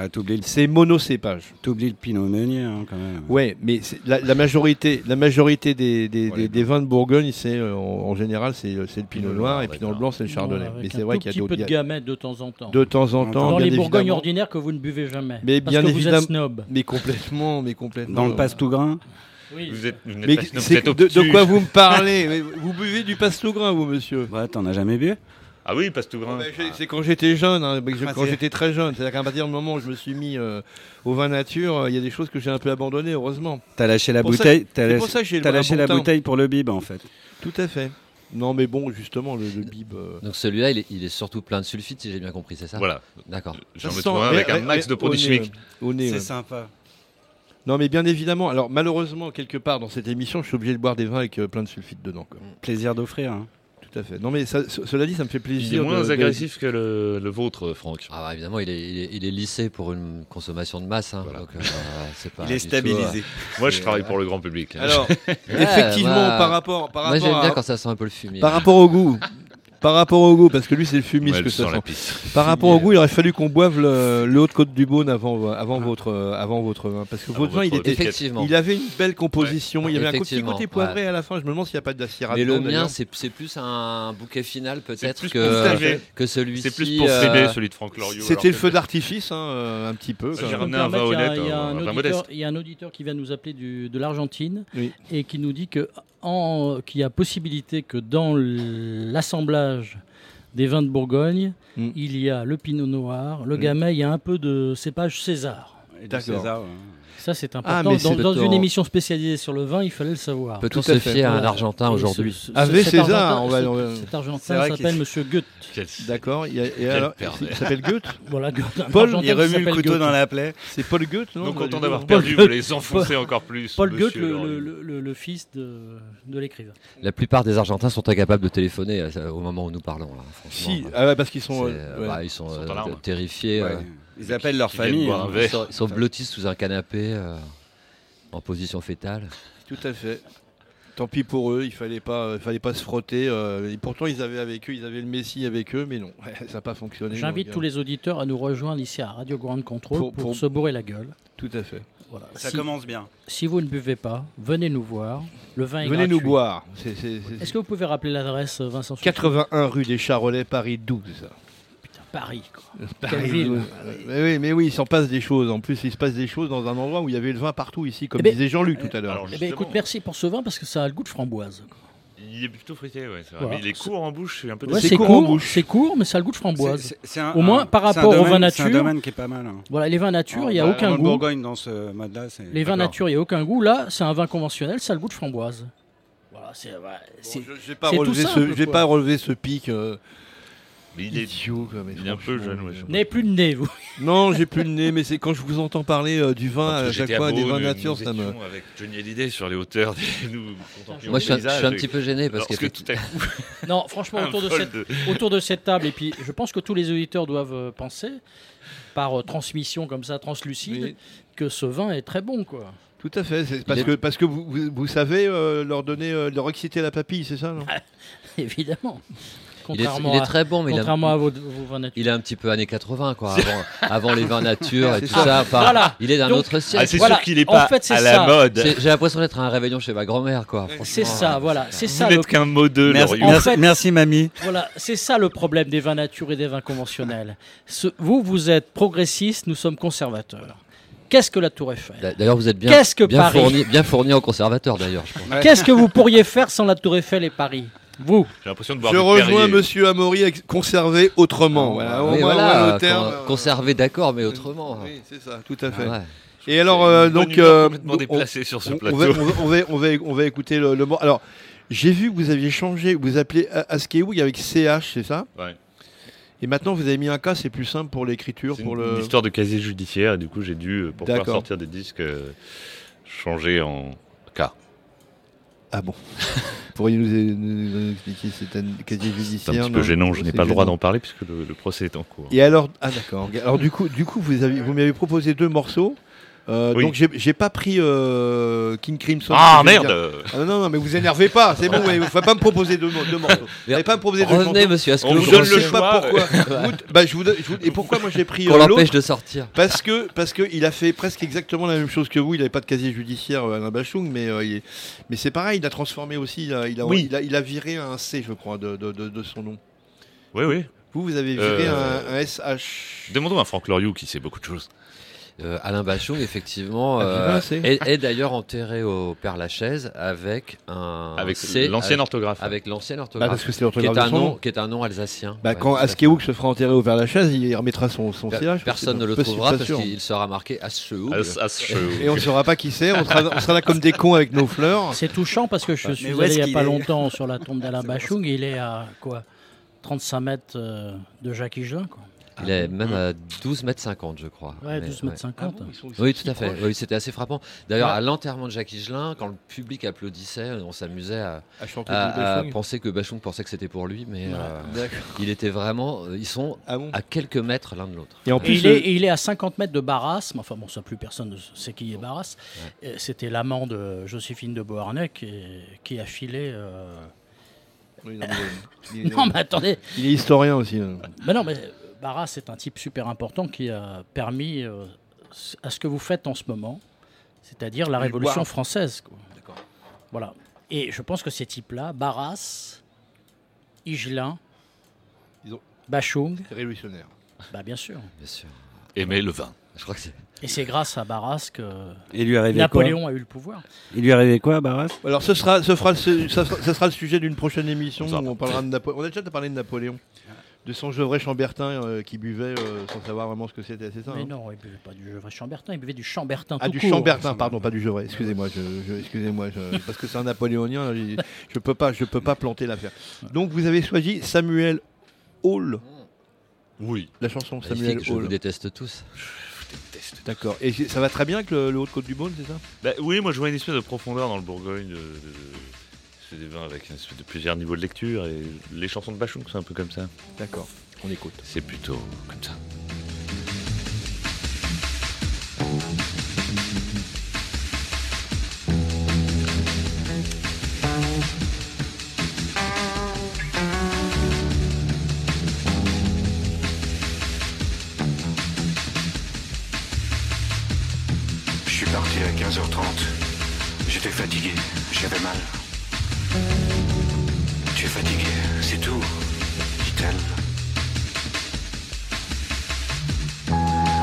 Ah, t'oublies le...
C'est monocépage.
T'oublies le pinot meunier, hein, quand même.
Ouais, mais c'est- la, la majorité, la majorité des, des- des- des vins de Bourgogne, c'est euh, en, en général, c'est euh, c'est le pinot noir. Et puis dans le blanc, c'est le chardonnay.
Voilà, avec
mais
un
c'est vrai
tout
qu'il y a
petit
d'autres.
peu de
il y a-
gamay de temps en temps.
De temps en temps,
Dans
bien
les Bourgognes
évidemment.
ordinaires que vous ne buvez jamais.
Mais
parce
bien
que
évidemment.
vous êtes snob.
Mais complètement, mais complètement.
Dans le passe-tout-grain
Oui.
Vous êtes, vous n'êtes
Mais
pas snob,
c'est-
vous êtes
de, de
obtus.
quoi
[LAUGHS]
vous me parlez Mais Vous buvez du pasto grain, vous, monsieur
Ouais, t'en as jamais bu
Ah oui, passe tout grain.
C'est quand j'étais jeune, hein, que je-
Ah,
quand
c'est-
j'étais très jeune. C'est-à-dire qu'à partir du moment où je me suis mis euh, au vin nature, euh, il y a des choses que j'ai un peu abandonnées, heureusement.
[LAUGHS] T'as lâché la
Pour ça-
bouteille
c'est
T'as lâché,
pour ça que j'ai le-
t'as
un
lâché
bon
la
teint.
bouteille pour le bib, en fait.
Tout à fait. Non, mais bon, justement, le, le bib. euh,
Donc celui-là, il est, il est surtout plein de sulfite, si j'ai bien compris, c'est ça
Voilà.
D'accord.
J'en
Ça
ai
sent-
trouvé un avec
mais-
un
mais-
max de
au
produits
nez,
chimiques.
euh, au nez, ouais.
sympa.
Non, mais bien évidemment. Alors, malheureusement, quelque part dans cette émission, je suis obligé de boire des vins avec euh, plein de sulfite dedans. quoi.
Plaisir d'offrir. hein.
Tout à fait. Non, mais ça- ce- cela dit, ça me fait plaisir.
Il est moins
de- de-
agressif que le, le vôtre, Franck.
Ah bah, évidemment, il est, il, est, il est lissé pour une consommation de masse. hein, donc, euh, [LAUGHS] c'est pas
Il est
du tout,
stabilisé.
euh,
Moi, je
et,
travaille
euh,
pour le grand public.
[LAUGHS] Alors,
[LAUGHS] Ouais,
effectivement,
moi-
par rapport, par
Moi,
rapport
j'aime bien
à-
quand ça sent un peu le fumier.
Par rapport au goût, Par rapport au goût, parce que lui c'est le fumiste
Ouais,
que
elle
ça
sent la
sent.
pisse.
Par rapport au goût, il aurait fallu qu'on boive le, le haut de côte du Beaune avant, avant, votre, euh, avant votre vin. Parce que
Ah. Avant
votre vin, il,
votre
était,
piquette. Effectivement.
il avait une belle composition.
Ouais.
Il y avait un petit
Effectivement,
côté poivré à la fin. Je me demande s'il n'y a pas de la Syrah
Mais le
dedans,
mien,
d'ailleurs.
c'est c'est plus un bouquet final peut-être
plus pour
que,
frimer.
que celui-ci.
C'est plus pour
euh,
frimer, celui de Franck Loriot. alors
C'était le
que-
feu d'artifice, hein, euh, un petit peu.
J'ai
quand même.
ramené un
Il
vin
y a-
honnête,
il y
euh,
a
un
un
vin
auditeur-
modeste.
il y a un auditeur qui vient nous appeler du- de l'Argentine et qui nous dit que en- qu'il y a possibilité que dans l'assemblage des vins de Bourgogne,
Hmm.
il y a le Pinot Noir, le
Mm.
Gamay, il y a un peu de cépage César.
Et de
D'accord.
euh.
César, ouais.
Ça, c'est
Ah,
important.
mais
dans
c'est-
dans une
Peut-on-
émission spécialisée sur le vin, il fallait le savoir.
Peut-on se fier à un
Voilà.
Argentin
Et ce-
aujourd'hui
ce- ce-
Avec
cet
César,
Argentin-
on va.
ce-
on va-
Cet Argentin s'appelle Monsieur Goethe.
D'accord. il y a- et
Quel
alors,
pervers.
il s'appelle Goethe. [LAUGHS]
Voilà, Goethe, un
Paul,
Argentin qui s'appelle Goethe.
C'est Paul Goethe, non
Donc,
Pas du
content
tout.
d'avoir
Paul
perdu, vous
Goethe.
les enfoncez encore plus.
Paul Goethe,
monsieur
le,
Loriot.
le- le- le fils de, de l'écrivain.
La plupart des Argentins sont incapables de téléphoner euh, au moment où nous parlons. là, franchement.
Si, ah ouais, parce qu'ils sont,
C'est,
euh,
euh, bah,
ouais.
ils sont,
Ils sont en
euh,
larmes.
terrifiés.
Ouais.
euh,
Ils appellent leur
qui viennent
famille,
boire
hein.
un verre.
Ils
Ils,
sont-
sont, blottis sous un canapé euh, en position fétale.
Tout à fait. Tant pis pour eux, il fallait pas, euh, fallait pas se frotter. euh, et pourtant, ils avaient avec eux, ils avaient le Messi avec eux, mais non, [LAUGHS] ça n'a pas fonctionné.
J'invite
donc,
tous
euh,
les auditeurs à nous rejoindre ici à Radio Grande Contrôle
Pour-
pour,
pour-
se bourrer la gueule.
Tout à fait.
Voilà.
Ça commence bien.
Si vous ne buvez pas, venez nous voir. Le vin est
Venez nous
gratuit.
boire. C'est- c'est- c'est-
Est-ce que vous pouvez rappeler l'adresse, euh, Vincent Souchon
81 rue des Charolais, Paris 12.
Paris. quoi.
Paris
Quelle ville.
12. Mais oui, mais oui, il s'en passe des choses. En plus, il se passe des choses dans un endroit où il y avait le vin partout ici, comme
Eh ben-
disait Jean-Luc tout à l'heure.
Eh bien, écoute, merci pour ce vin parce que ça a le goût de framboise.
Il est plutôt frité, ouais, c'est vrai.
Voilà.
Mais il est court en bouche, je suis un peu
Ouais, c'est court, c'est court, mais ça a le goût de framboise.
C'est- c'est- c'est un-
Au moins,
un-
par
c'est un
rapport aux
domaine-
vins
c'est
nature.
un domaine qui est pas mal, hein.
Voilà, les vins nature, il n'y a
Bah,
En-
aucun
en
goût.
Bourgogne, dans ce mode-là, c'est-
Les vins
D'accord.
nature, il n'y a aucun goût. Là, c'est un vin conventionnel, ça a le goût de framboise. Voilà, c'est vrai. C'est-
J'ai pas,
Eh, c'est tout
relevé
simple,
ce- j'ai
quoi.
pas relevé ce pic. euh,
Mais il est
idiot, quoi, mais
il est un peu
franchement,
jeune, ouais, je
N'avez plus de nez, vous.
[LAUGHS] Non, j'ai plus le nez, mais c'est quand je vous entends parler euh, du vin à chaque
J'étais à
fois, des
Beaune,
vins
nous
nature, ça me.
étions Avec Johnny Hallyday sur les hauteurs, des- nous contemplions
Moi,
le
je suis un-
paysage
je suis un
et-
petit peu gêné parce
lorsque
que-
tout à coup.
[LAUGHS] Non, franchement,
[LAUGHS] un
autour de,
vol
cette, autour de cette table, et puis je pense que tous les auditeurs doivent euh, penser, par euh, transmission comme ça, translucide, que ce vin est très bon, quoi.
Tout à fait, c'est parce
est-
que, parce que vous, vous, vous savez euh, leur donner, euh, leur exciter la papille, c'est ça
Ah,
non
[LAUGHS] Évidemment.
Il est,
Contrairement
il est
à-
très bon, mais
contrairement
il, a,
à vos, vos vins nature.
il est un petit peu années 80,
[LAUGHS]
quoi. Avant, avant les vins nature et
C'est
tout
ça.
ça. enfin,
Voilà.
Il est d'un
Donc-
autre siècle.
Ah, c'est Voilà. sûr qu'il est En pas fait, c'est à la ça. mode.
C'est- J'ai l'impression d'être à un réveillon chez ma grand-mère, quoi.
C'est
franchement.
ça, voilà. C'est
Vous
ça.
n'êtes qu'un mot de Merci- Loriot. merci- merci, mamie.
Voilà, c'est ça le problème des vins nature et des vins conventionnels. Ce- vous, vous êtes progressiste, nous sommes conservateurs. Qu'est-ce que la Tour Eiffel
D'a- D'ailleurs, vous êtes bien,
Qu'est-ce que
bien
Paris
fourni, bien fourni en conservateur, d'ailleurs, je pense.
Qu'est-ce que vous pourriez faire sans la Tour Eiffel et Paris Vous
J'ai l'impression de boire
Je
du
rejoins
Perrier.
Monsieur Amaury, ex- conserver autrement. voilà, au
Ah, Oui,
moins,
voilà,
au moins
con-
le terme. euh,
conservé, d'accord, mais autrement.
Oui, c'est ça, tout à fait.
Ah ouais.
Et alors,
C'est
euh,
une bonne
donc,
humeur
euh,
complètement
on-
déplacée sur ce
on-
plateau.
On va, on va- on va- on va- on va écouter le, le mor- Alors, j'ai vu que vous aviez changé, vous appelez A- Askeoug avec CH, c'est ça
Ouais.
Et maintenant, vous avez mis un K, c'est plus simple pour l'écriture,
C'est
pour
une,
le.
une histoire de casier judiciaire, et du coup, j'ai dû, euh, pour pouvoir
D'accord.
sortir des disques, euh, changer en K.
Ah
[LAUGHS]
bon Pourriez-vous nous, nous- nous expliquer C'est un casier
C'est
judiciaire
un petit peu
non
gênant, je n'ai
C'est
pas le droit
gênant.
d'en parler puisque le, le procès est en cours.
Et alors, ah d'accord. Alors du coup, du coup, vous avez, vous m'avez proposé deux morceaux. Euh,
Oui.
Donc j'ai- j'ai pas pris euh, King Crimson.
Ah,
Je veux dire-
merde
Ah, Non non mais vous énervez pas, c'est bon. Il faut pas me proposer deux, mo- deux morceaux. Vous n'allez pas me proposer deux morceaux.
Revenez, monsieur Asclot,
On vous donne
je
le
sais
choix.
pas
Pourquoi
pourquoi.
Vous- bah, je vous donne- je vous- Et pourquoi moi j'ai pris
Qu'on
euh,
l'empêche
l'autre
de sortir.
Parce que parce que il a fait presque exactement la même chose que vous. Il n'avait pas de casier judiciaire euh, Alain Bachung, mais euh, il est- mais c'est pareil. Il a transformé aussi. Il a il a,
Oui.
il a- il a viré un C, je crois, de, de- de- de son nom.
Oui, oui. Euh,
Vous, vous avez viré un- un SH.
Demandons à Franck Loriou qui sait beaucoup de choses.
Euh, Alain Bachung, effectivement,
Ah,
euh,
putain, c'est-
est, est d'ailleurs enterré au Père Lachaise avec un
Avec
C- avec-
l'ancienne orthographe.
Avec l'ancienne orthographe.
Bah, parce que c'est l'orthographe
qui est
de
un
son
nom,
nom.
qui est un nom alsacien.
Bah,
Ouais,
quand
tout à fait.
Askeouk se fera enterrer au vers la chaise, il remettra son, son
Per-
sillage.
Personne
C'est
ne le
pas-
trouvera
pas
parce
sûr. hein.
qu'il Euh, sera marqué Aschehoug.
As- Aschehoug.
Et on ne saura pas qui c'est, on sera, on
[LAUGHS]
sera là comme des cons avec nos fleurs. Bah,
C'est touchant parce que je
Mais
suis
où
allé
est-ce
il n'y a
qu'il
pas
est
longtemps sur la tombe
[LAUGHS]
d'Alain Bachung. Il est à quoi 35 mètres euh, de Jacques Higelin, quoi.
Il est même à 12 mètres 50, je crois.
Ouais,
Mais-
12 mètres 50.
Ah bon,
ils sont-
oui, tout à fait. Oui, c'était assez frappant. D'ailleurs,
Ouais.
à l'enterrement de Jacques Higelin, quand le public applaudissait, on s'amusait à,
À chanter
à-
du
à
Bachung.
penser que Bachung pensait que c'était pour lui, mais
Ouais.
euh,
D'accord.
il était vraiment. euh, Ils sont à quelques mètres l'un de l'autre.
Et en euh,
Et il, est, et il est à 50 mètres de Barras, mais enfin bon, ça plus personne ne sait qui est Barras. Et C'était l'amant de Joséphine de Beauharnais qui, qui a filé euh, [LAUGHS] Non, mais attendez. Bah.
Il est historien aussi. hein.
Mais non, mais Barra, c'est un type super important qui a permis euh, à ce que vous faites en ce moment, c'est-à-dire la
De le
Révolution
voir.
française. quoi. Voilà. Et je pense que ces types-là, Barras, Higelin,
Ils ont-
Bachung,
Révolutionnaire.
bah bien sûr.
Bien sûr.
Aimer le vin.
Je crois que c'est.
Et c'est grâce à Barras que
Et lui est arrivé
Napoléon
quoi
a eu le pouvoir.
Il lui arrivait quoi, Barras Alors, ce sera, ce, fera- ce- ça sera, ça sera le sujet d'une prochaine émission
On s'en
où on parlera de Napoléon. On a déjà parlé de Napoléon, de son Gevrey Chambertin euh, qui buvait euh, sans savoir vraiment ce que c'était, c'est ça
Mais
hein
non, il buvait pas du Gevrey Chambertin, il buvait du Chambertin
Ah,
tout
du
court.
Chambertin, pardon, pas du Gevrey. Excusez-moi, je, je- excusez-moi,
[LAUGHS]
je- parce que c'est un napoléonien, je, je peux pas, je peux pas planter l'affaire. Donc, vous avez choisi Samuel Hall.
Oui.
La chanson
Magnifique,
Samuel oh
je
Hall.
vous déteste tous.
D'accord. Et c'est- ça va très bien avec le, le haut de côte du Beaune, c'est ça
Bah oui, moi je vois une espèce de profondeur dans le Bourgogne. de- de- de- C'est des vins avec une espèce de plusieurs niveaux de lecture et les chansons de Bachung sont un peu comme ça.
D'accord, on écoute.
C'est plutôt comme ça.
Je suis parti à 15h30. J'étais fatigué, j'avais mal. Tu es fatigué, c'est tout, dit-elle.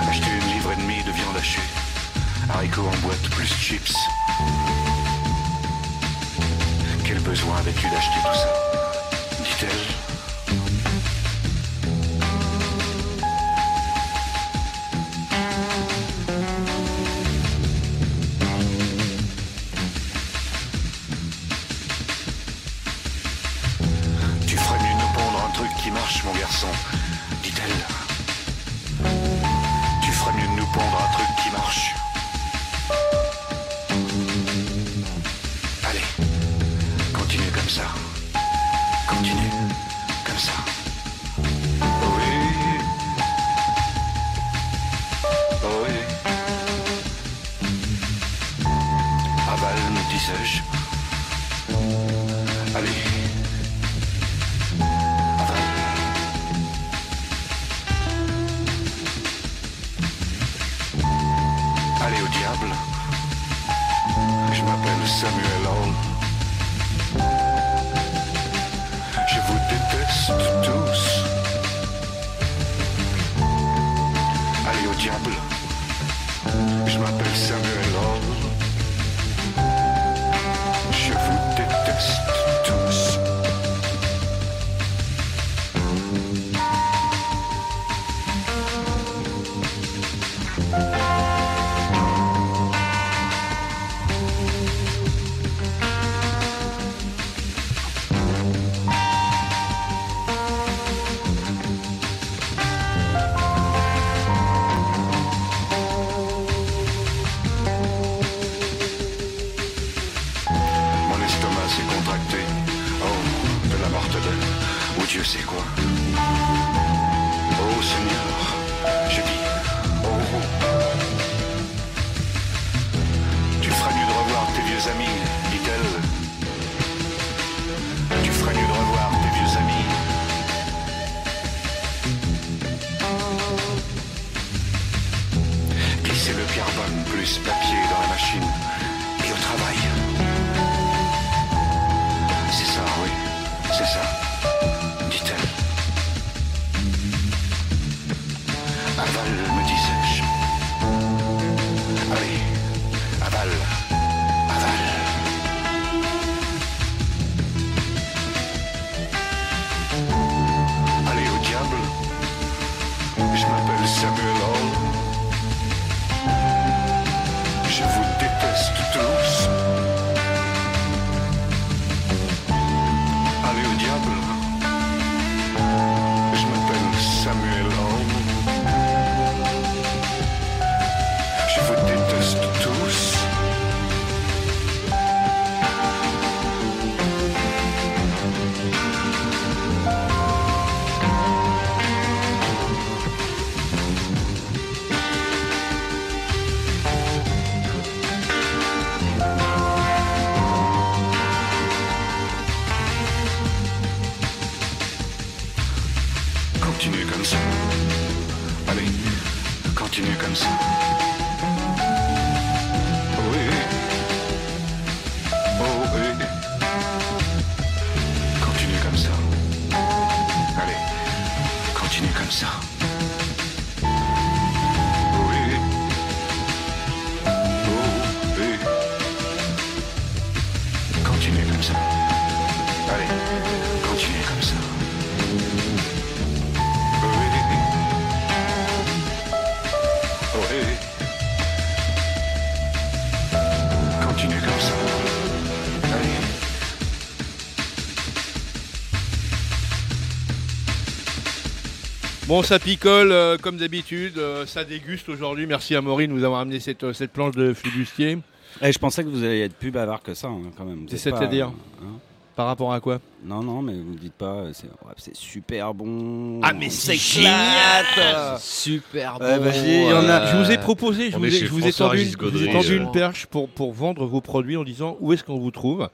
Acheter une livre et demie de viande hachée, haricots en boîte plus chips. Quel besoin avais-tu d'acheter tout ça dit-elle. Tu ferais mieux de nous pondre un truc qui marche, mon garçon, dit-elle. Tu ferais mieux de nous pondre un truc qui marche. Allez, continue comme ça. Continue comme ça. Oui. Oui. Avale, me disais-je. Allez. Allez au diable. Je m'appelle Samuel Hall. Je vous déteste tous. Allez au diable. Je m'appelle Samuel Hall. Je vous déteste tous. Mon estomac s'est contracté. Oh, de la mortadelle. Ou Dieu sait quoi. Oh Seigneur, je dis. Oh. Tu ferais mieux de revoir tes vieux amis, dit-elle. Tu ferais mieux de revoir tes vieux amis. Glissez le carbone plus papier dans la machine et au travail. C'est ça, oui, c'est ça, dit-elle. Avale, me disais-je. Ah Allez, avale, avale. Allez au diable, je m'appelle Samuel Hall. Je vous déteste tous. Allez au diable. Je m'appelle Samuel Hall. Je vous déteste tous. Allez, continue comme ça. Oh, Oui, oui. Oh, oui. Continue comme ça. Allez, continue comme ça. Oh, Oui. Oh, oui. Continue comme ça. Allez, continue comme ça. Oui. Oui. Continue comme ça. Allez.
Bon, ça picole euh, comme d'habitude, euh, ça déguste aujourd'hui. Merci à Maurice de nous avoir amené cette, euh, cette planche de flibustier.
Et Eh, je pensais que vous alliez être plus bavard que ça, hein, quand même. Vous êtes pas,
C'est-à-dire
euh, hein
Par rapport à quoi
Non, non, mais vous ne dites pas, euh, c'est ouais, c'est super bon.
Ah, mais c'est
génial
classe
Super
Ouais, bah, il y en a- Je vous ai proposé, je
on
vous
est
ai,
chez
je vous ai
François
tendu,
Régis
une, je vous ai
Gaudry,
tendu
euh.
une perche pour, pour vendre vos produits en disant où est-ce qu'on vous trouve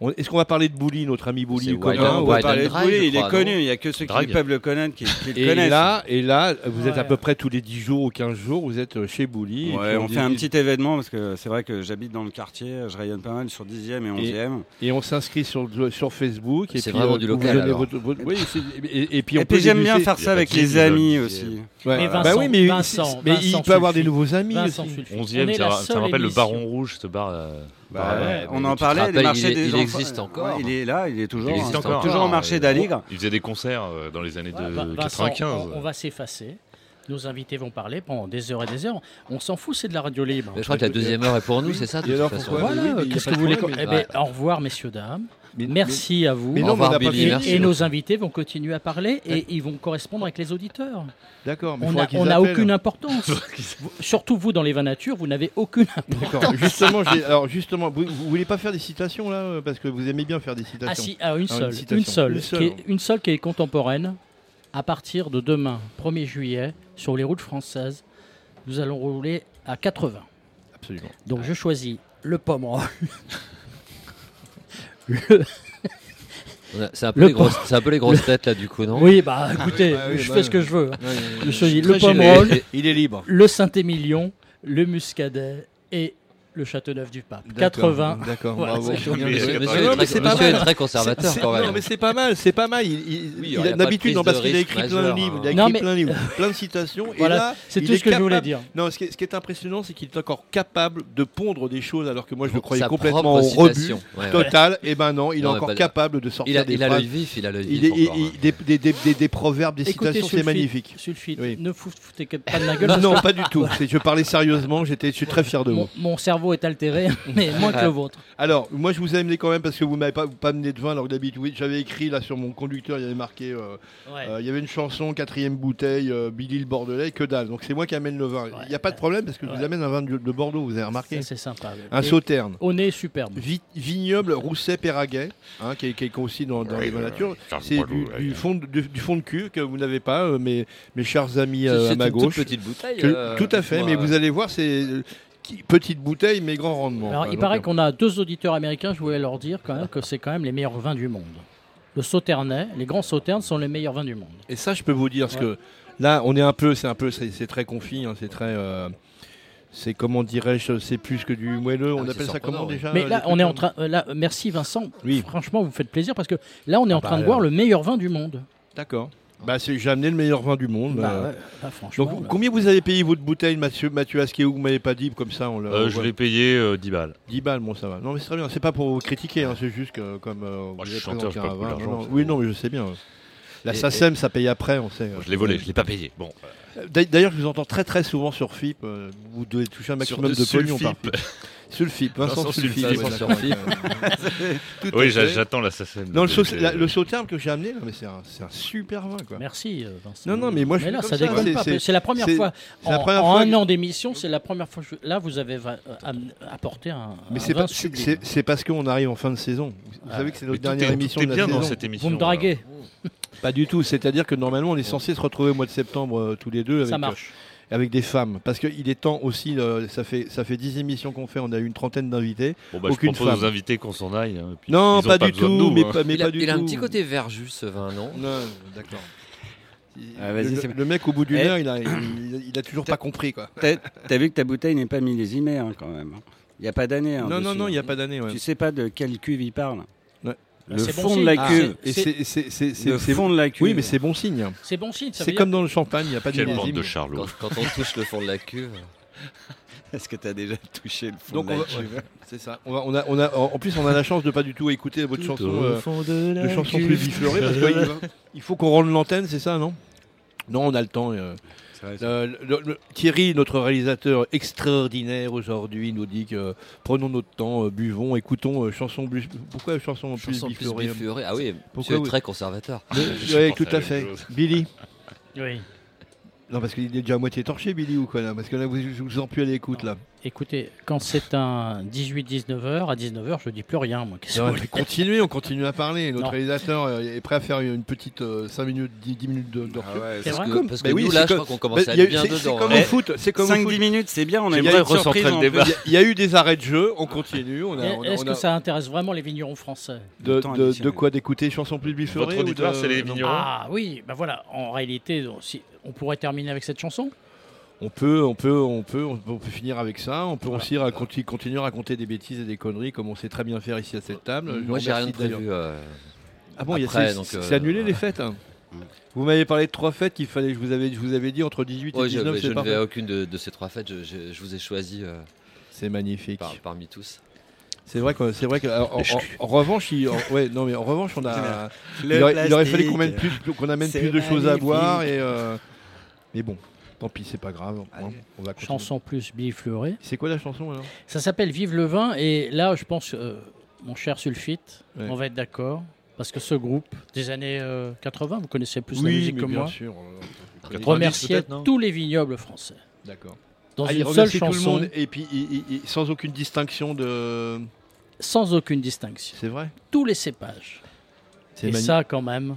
On- Est-ce qu'on va parler de Bouli, notre ami Bouli
Wide
commun
and-
On va
Wide
parler
and
de
Dry,
Bouli,
je crois, non Drag.
qui
Et
Et là,
là-
et là, vous êtes à
Ouais.
peu près tous les 10 jours ou 15 jours, vous êtes euh, chez Bouli. et
Ouais,
puis
on fait un
dit-
petit événement parce que c'est vrai que j'habite dans le quartier, je rayonne pas mal sur 10e et 11e.
Et, et on s'inscrit sur, sur Facebook. et
C'est
puis,
vraiment
euh,
du
vous
local,
donnez
alors.
votre- votre- oui, c'est- et, et puis, on
Et puis
peut
j'aime bien
déguster-
faire ça avec les amis aussi.
Ouais.
Mais
Bah
Vincent,
oui, mais,
Vincent,
mais il
Vincent
peut avoir
Fulfi.
des nouveaux amis.
Vincent
aussi.
Fulfi.
11 e
On est
ça,
la
ra- ça
seule
rappelle le
émission.
Baron Rouge, ce bar. euh,
Bah
bar,
ouais,
euh,
on
tu
en
te
parlait,
rappelles,
le marché
il, est-
des
il
enfants- euh,
existe encore. hein.
ouais, il est là, il est toujours,
il existe
hein,
encore.
toujours au marché
Et
d'Aligre.
Il faisait des concerts euh, dans les années de
Bah, Vincent,
95.
on, on va s'effacer. Nos invités vont parler pendant des heures et des heures. On s'en fout, c'est de la radio libre.
Mais je crois que la deuxième heure est pour nous, c'est ça, de
Et
toute
alors,
façon.
pourquoi
Voilà,
Oui, mais il y a
qu'est-ce
pas
que
de
vous voulez
problème.
qu'on-
Eh ben, Au revoir, messieurs, dames.
Mais-
merci
mais-
à vous.
mais non, Au revoir, mais on n'a pas Billy, fini. merci.
Et nos invités vont continuer à parler et ils vont correspondre avec les auditeurs.
D'accord, mais
on
faudra
a-
qu'ils
on n'a
appellent.
aucune importance. Vous- Surtout vous, dans les vins nature, vous n'avez aucune
D'accord.
importance.
justement, j'ai- alors justement, vous, vous voulez pas faire des citations là, euh, parce que vous aimez bien faire des citations.
Ah si, ah, une,
Ah,
seule,
citation.
une, seule,
Une seule. hein.
qui est, une seule qui est contemporaine. À partir de demain, 1er juillet, sur les routes françaises, nous allons rouler à 80.
Absolument.
Donc je choisis le pomme le...
On a- C'est un, peu les grosses-
pomme-
c'est un peu les
[LAUGHS]
grosses têtes là du coup, non
Oui,
Ah
bah écoutez, je fais ce que je veux. je choisis le pomerol, le Saint-Émilion, le Muscadet et le Châteauneuf du Pape.
D'accord,
80.
D'accord,
Voilà,
bravo.
c'est-
Monsieur-
Monsieur-
monsieur
Monsieur-
est
Non,
très-
mais c'est pas
monsieur
mal.
est très conservateur,
C'est- c'est-
quand même.
Non, mais c'est pas mal, c'est pas mal. Il, il,
Oui,
il
il y aurait
a
pas
l'habitude,
de
non,
prise
parce
de
qu'il a
risque
écrit plein
majeur,
de livres, il a
hein.
écrit
Non, mais-
plein
[LAUGHS]
de livres, plein de citations. et
Voilà,
là,
c'est
il
tout
est
ce que je voulais
capable-
dire.
Non, ce qui est, ce qui est impressionnant, c'est qu'il est encore capable de pondre des choses alors que moi je le croyais
sa
complètement au
propre
rebut
citation. Ouais, ouais.
total. Et ben non, il est
Non, mais
encore
pas-
capable de sortir
Il a-
des
il a
phrases.
l'œil vif, il a l'œil
est-
vif encore, hein.
il- Des, des, des, des- des proverbes, des
Écoutez,
citations, c'est
Sulfite,
magnifique.
Sulfite, ne vous foutez que- pas de ma gueule.
[LAUGHS] Non,
parce
non,
que-
pas du tout.
Voilà.
C'est- Je parlais sérieusement, j'étais, je suis très fier de vous. Ah.
Mon, mon cerveau est altéré, [LAUGHS] mais moins que le vôtre.
Alors, moi, je vous ai amené quand même parce que vous m'avez pas, pas amené de vin. Alors que d'habitude, oui, j'avais écrit là sur mon conducteur, il y avait marqué, euh,
Ouais.
euh, il y avait une chanson, quatrième bouteille, euh, Billy le Bordelais, que dalle. Donc c'est moi qui amène le vin. Il n'y a pas de problème parce que je vous amène un vin de, de Bordeaux. Vous avez remarqué
Ça, c'est sympa.
Un
Et
sauterne.
Au nez, superbe.
Vi- vignoble rousset péraguet hein, qui, est- qui est aussi dans, dans les vins nature. C'est du, du fond de, du fond de cul que vous n'avez pas, euh, mes, mes chers amis euh,
C'est
à ma
une toute
gauche.
petite bouteille,
Que-
euh,
tout à fait,
dites-moi,
mais
euh.
vous allez voir, c'est euh, qui- petite bouteille, mais grand rendement.
Alors,
Ah,
il
donc,
paraît
euh,
qu'on a deux auditeurs américains. Je voulais leur dire quand même que c'est quand même les meilleurs vins du monde. Le sauternais, les grands sauternes sont les meilleurs vins du monde.
Et ça, je peux vous dire, parce
Ouais.
que là, on est un peu, c'est un peu, c'est c'est très confit, hein, c'est très. euh, c'est comment dirais-je, c'est plus que du moelleux, on
oui,
appelle
c'est
ça comment
surprenant, Ah,
déjà
Mais
euh,
là,
des
on
trucs
est en
comme-
train. euh, Là, euh, merci Vincent.
Oui.
Franchement, vous me faites plaisir parce que là, on est en
bah,
train de boire
alors.
le meilleur vin du monde.
D'accord. Bah, c'est- j'ai amené le meilleur vin du monde.
Bah,
euh.
ouais, bah, franchement,
Donc,
là.
combien vous avez payé votre bouteille, Mathieu, Mathieu Askew Vous m'avez pas dit, comme ça, on l'a.
Euh,
on
je
voit.
l'ai payé euh, 10 balles.
10 balles, bon, ça va. Non, mais c'est très bien. C'est pas pour vous critiquer, hein, c'est juste que comme. euh, vous
je
avez
suis chanteur,
présenté
j'ai pas
un
beaucoup
vin,
d'argent,
non, non.
c'est
Oui,
bon.
non, mais je sais bien. La
Et-
SACEM, ça paye après, on sait. euh.
Je l'ai volé, je l'ai pas payé. Bon.
D'a- D'ailleurs, je vous entends très très souvent sur FIP. euh, Vous devez toucher un maximum
Sur-
de pognon par
Sulfip.
FIP. Sulfip, Vincent
Vincent
Sulfip.
Sulfip,
ouais,
Vincent
d'accord.
Sulfip.
[LAUGHS] Tout à
Oui,
fait.
j'a- j'attends l'assassin.
Non, le, sau-
C'est-
la- le sauterne que j'ai amené, là, mais c'est un, c'est un super vin. Quoi.
Merci, euh, Vincent.
Non, non, mais moi je.
là, ça
suis comme
déconne pas. C'est la première
c'est-
fois.
c'est
En,
la première
en
fois
un
que-
an d'émission, c'est la première fois. que je- Là, vous avez va- euh, am- apporté un.
Mais
un
c'est
vin
pas- Ah, c'est-
sublime.
c'est c'est parce qu'on arrive en fin de saison. Vous
Ah.
savez que c'est
Mais
notre
tout
dernière
est-
émission
tout est
de la
bien dans
saison.
cette Vous me émission, alors. draguez.
[LAUGHS] Pas du tout. C'est-à-dire que normalement, on est censé se retrouver au mois de septembre euh, tous les deux. Avec,
Ça marche.
euh, avec des femmes. Parce qu'il est temps aussi, euh, ça, fait, ça fait 10 émissions qu'on fait, on a eu une trentaine d'invités.
Bon, bah, je
aucune
propose aux
femme.
invités qu'on s'en aille. hein, et puis
Non,
ils ont
pas du
besoin de
tout,
nous,
mais
hein.
pas- mais
il a,
pas du
il a un
tout.
petit côté verjus ce vin, non
Non, d'accord.
Ah,
le,
vas-y,
le-
c'est bon.
le mec, au bout d'une
Eh,
heure, il a, il- il a toujours pas compris. Quoi.
[COUGHS] T'as t'as vu que ta bouteille n'est pas millésimée hein, quand même. Il n'y a pas d'année. hein,
Non, non,
dessus.
non, il y a pas d'année, ouais.
Tu sais pas de quelle cuve il parle. Le
C'est bon
fond de
signe.
la
Ah,
cuve.
c'est- Et c'est- c'est- c'est- c'est-
le
c'est-
fond de la cuve.
Oui, mais c'est bon signe.
C'est bon signe, ça
C'est
veut
comme
dire-
dans le champagne, il n'y a pas de
Quelle
millésime.
bande de charlots.
Quand on touche le fond de la cuve, [LAUGHS] est-ce que tu as déjà touché le fond
Donc
de
on
la
va-
cuve
ouais, Bah, c'est ça. Ah, On va- on a- on a- en en plus, on a la chance de pas du tout écouter votre
Tout
chanson,
au
euh,
fond de la
de chansons
cuve.
plus biflorées parce qu'il
[LAUGHS]
il faut qu'on rende l'antenne, c'est ça, non Non, on a le temps. euh. Euh, le- le- Thierry, notre réalisateur extraordinaire aujourd'hui, nous dit que euh, prenons notre temps, euh, buvons, écoutons euh, chansons plus. Pourquoi chansons plus
Chansons plus
biflorées
biflorées. Ah oui, monsieur
hein. Pourquoi
est
oui
très conservateur. [LAUGHS]
Mais-
Je
ouais,
pense
tout
à la
à
même
fait.
chose.
Billy.
Oui.
Non, parce qu'il est déjà à moitié torché, Billy, ou quoi là Parce que là, vous, je vous en plus à l'écoute là.
Écoutez, quand c'est un 18-19 heures, à 19 heures, je dis plus rien, moi. Qu'est-ce que
Non,
vous
mais
voulez
continuez, on continue à parler. Notre
Non.
réalisateur euh, est prêt à faire une petite 5 minutes, 10, minutes de, de recul.
Ah ouais,
C'est
parce
vrai
que-
comme-
parce
bah
que
oui,
nous,
c'est
là, je
comme-
crois qu'on commence
bah,
à
il y a
être
eu-
bien
c'est-
dedans,
C'est comme
hein.
au foot. C'est comme au
5-10
foot.
minutes, c'est bien, on aimerait
Il y a eu-
recentrer le
il y a-
débat.
Il y a eu des arrêts de jeu, on continue. On a,
Et
on a-
Est-ce
on
que
a-
ça intéresse vraiment les vignerons français
de, de- de quoi d'écouter chansons plus biflorées
Votre
ou de-
auditoire, c'est les
non.
vignerons
Ah oui, ben voilà, en réalité, donc, si- on pourrait terminer avec cette chanson
On peut, on peut, on peut, on peut, on peut finir avec ça. On peut aussi raconter, continuer à raconter des bêtises et des conneries comme on sait très bien faire ici à cette table. Je
Moi,
vous
j'ai rien de
remercie d'ailleurs.
prévu. euh,
Ah bon, il y a-
après,
c'est-
donc,
c'est
euh, Mm.
c'est annulé les fêtes. hein Vous m'avez parlé de trois fêtes qu'il fallait. Je vous avais, je vous avais dit entre 18
Ouais,
et
je,
19.
je
c'est
ne vais
parfait.
à aucune de, de ces trois fêtes. Je, je- je vous ai choisi. euh,
c'est magnifique.
parmi tous.
C'est vrai que c'est vrai que alors, en,
Le
en-
cul.
en revanche, il, en- ouais, non mais en revanche, on a.
Le
il, aurait, il aurait fallu
plastique.
qu'on mène plus- qu'on amène
C'est
plus de choses à
magnifique.
boire et. euh, mais bon, tant pis, c'est pas grave. hein, on va continuer.
Chanson plus bifleurée.
C'est quoi la chanson alors
Ça s'appelle Vive le vin, et là, je pense, euh, mon cher Sulfite,
Ouais.
on va être d'accord, parce que ce groupe des années euh, 80, vous connaissez plus la
Oui,
musique
mais
que
bien
moi,
sûr, euh, 90
remerciait
peut-être, non
tous les vignobles français.
D'accord.
Dans
Ah, il
une seule
remercie tout le
chanson,
monde, et puis il- il- il- sans aucune distinction de.
sans aucune distinction.
C'est vrai.
Tous les cépages.
C'est
Et
magnifique.
ça, quand même,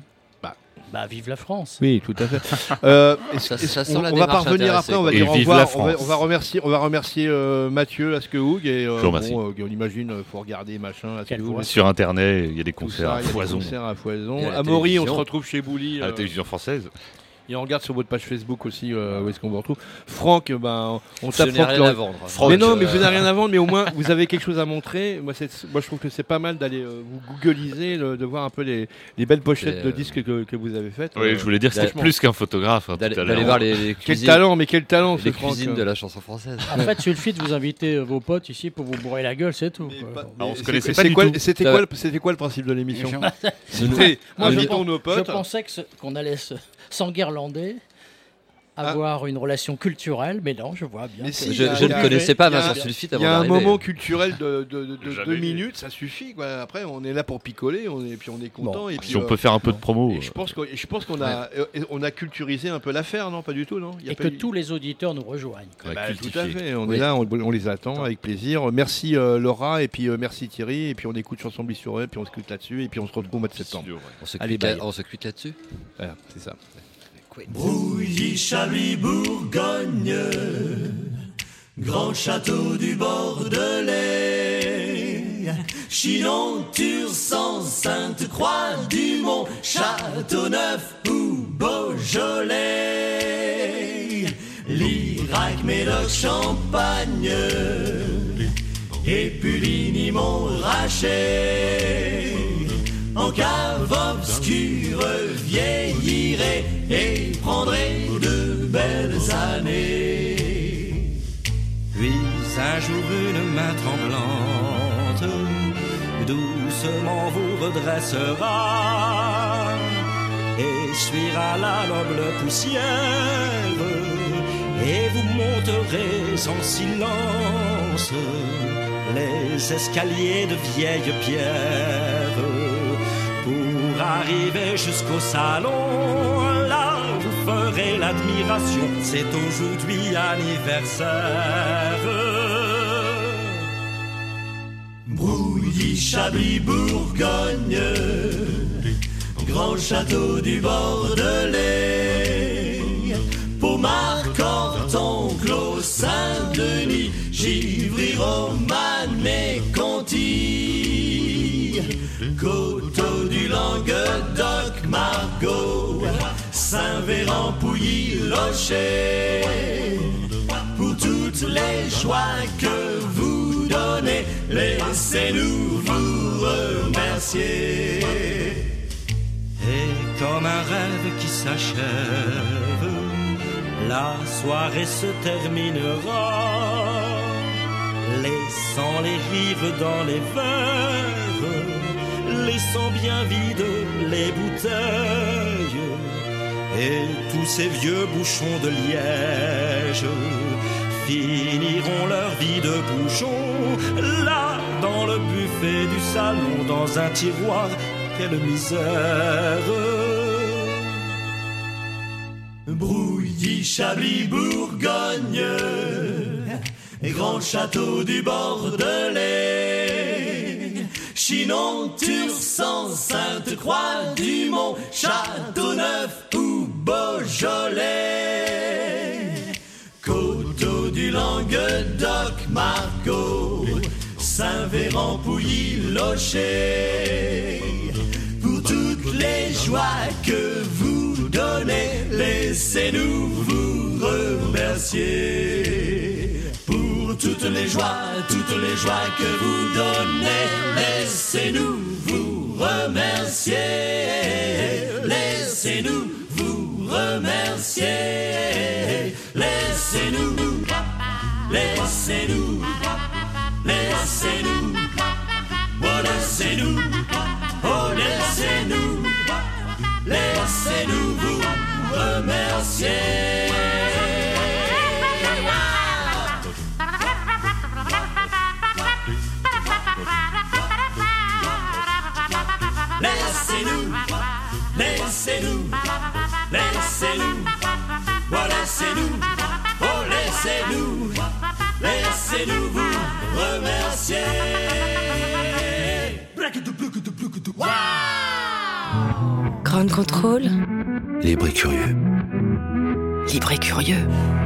bah,
vive la France.
Oui, tout à fait. [LAUGHS] Euh, est-ce-
Ça-
est-ce-
ça sent
on,
la
on va pas
démarche
revenir
intéressée,
après, on va
quoi.
dire
Et
au
vive
revoir.
la
On va,
France.
on va remercier, on va remercier euh, Mathieu Askehoug et euh,
Je vous remercie.
bon, euh, on imagine euh, faut regarder machin. Askehoug,
Sur Internet, il y a des
tout
concerts
ça,
à
il y a des
foison.
concerts à foison.
Il y a la
Amaury, on se
télévision.
retrouve chez Bouli.
À la
euh,
télévision française.
Et on regarde sur votre page Facebook aussi euh, où est-ce qu'on vous retrouve. Franck, euh, ben, on
Je
tape
n'ai
Franck
rien
Laurent.
à vendre.
mais
Franck,
non, mais vous
euh,
n'avez rien à vendre, mais
[LAUGHS]
au moins vous avez quelque chose à montrer. Moi, c'est, moi je trouve que c'est pas mal d'aller euh, vous googliser, le- de voir un peu les, les belles pochettes
Et,
de
euh,
disques que, que vous avez faites.
Oui,
Euh,
je voulais dire, c'était
franchement.
plus qu'un photographe. hein, tout à
D'aller
l'heure.
d'aller voir les, les
Quel
cuisines-
talent, mais quel talent
Les
ce Franck,
cuisines
euh.
de la chanson française.
En fait, Sulfite, vous invitez euh, vos potes ici pour vous bourrer la gueule, c'est tout. quoi.
Mais
se
c'est-
connaissait
c'est
pas du
quoi-
tout.
C'était
Ça
quoi,
va.
le- c'était quoi le principe de l'émission
Moi,
[LAUGHS]
[LAUGHS]
C'était
moi, je,
invitons
pense-
nos
je
potes.
pensais que ce- qu'on allait se- s'enguirlander, avoir une relation culturelle, mais non, je vois bien.
Ah. Mais
que-
si,
Je-
il y a-
je
il y
ne
a-
connaissais pas
il y a-
Vincent Sulfite
Il y
avant
a un
d'arriver.
moment culturel de, de- de- de
Jamais
deux
vu.
minutes, ça suffit. quoi. Après, on est là pour picoler, on est, puis on est content. Et puis,
Si on peut faire un peu de promo. euh.
et je pense qu'on, et je pense qu'on a, et on a culturisé un peu l'affaire, non Pas du tout, non Il y a
Et
pas
que
eu-
tous les auditeurs nous rejoignent.
On a
Bah, tout
cultifié.
à fait, on est
Oui.
là, on, on les attend avec plaisir. Merci euh, Laura, et puis euh, merci Thierry, et puis on écoute Chanson Bissurée, puis on se quitte là-dessus, et puis on se retrouve au mois de septembre.
On se
Allez,
quitte là-
bye.
on se quitte là-dessus.
Voilà, c'est ça.
Brouilly, Chablis, Bourgogne, grand château du Bordelais, Chinon, Tursan, Sainte-Croix, Dumont, Châteauneuf ou Beaujolais, Lirac, Médoc, Champagne, et Puligny, Montrachet en cave obscure vieillirai et prendrai de belles années. Puis un jour une main tremblante doucement vous redressera et suivra la noble poussière et vous monterez en silence les escaliers de vieilles pierres pour arriver jusqu'au salon. Là, vous ferez l'admiration. C'est aujourd'hui anniversaire. Brouilly, Chablis, Bourgogne, grand château du Bordelais, Pomard, Corton, Clos, Saint-Denis, Givry, Romane et Conti, Coteau du Languedoc, Margot, Saint-Véran locher pour toutes les joies que vous donnez. Laissez-nous vous remercier. Et comme un rêve qui s'achève, la soirée se terminera, laissant les rives dans les verres, laissant bien vides les bouteilles et tous ces vieux bouchons de liège finiront leur vie de bouchon là dans le buffet du salon dans un tiroir quelle misère brouilly chablis bourgogne et grand château du bordelais chinon tursan sainte croix du mont châteauneuf Beaujolais, Coteau du Languedoc, Margot, Saint-Véran, Pouilly, Locher. Pour toutes les joies que vous donnez, laissez-nous vous remercier. Pour toutes les joies, toutes les joies que vous donnez, laissez-nous vous remercier. Laissez-nous remercier. Laissez-nous, laissez-nous, laissez-nous, oh laissez-nous, oh laissez-nous, laissez-nous vous remercier. Laissez-nous, laissez-nous. Laissez-nous, oh laissez-nous, oh laissez-nous, laissez-nous vous remercier.
Grande contrôle.
Libre et curieux.
Libre et curieux.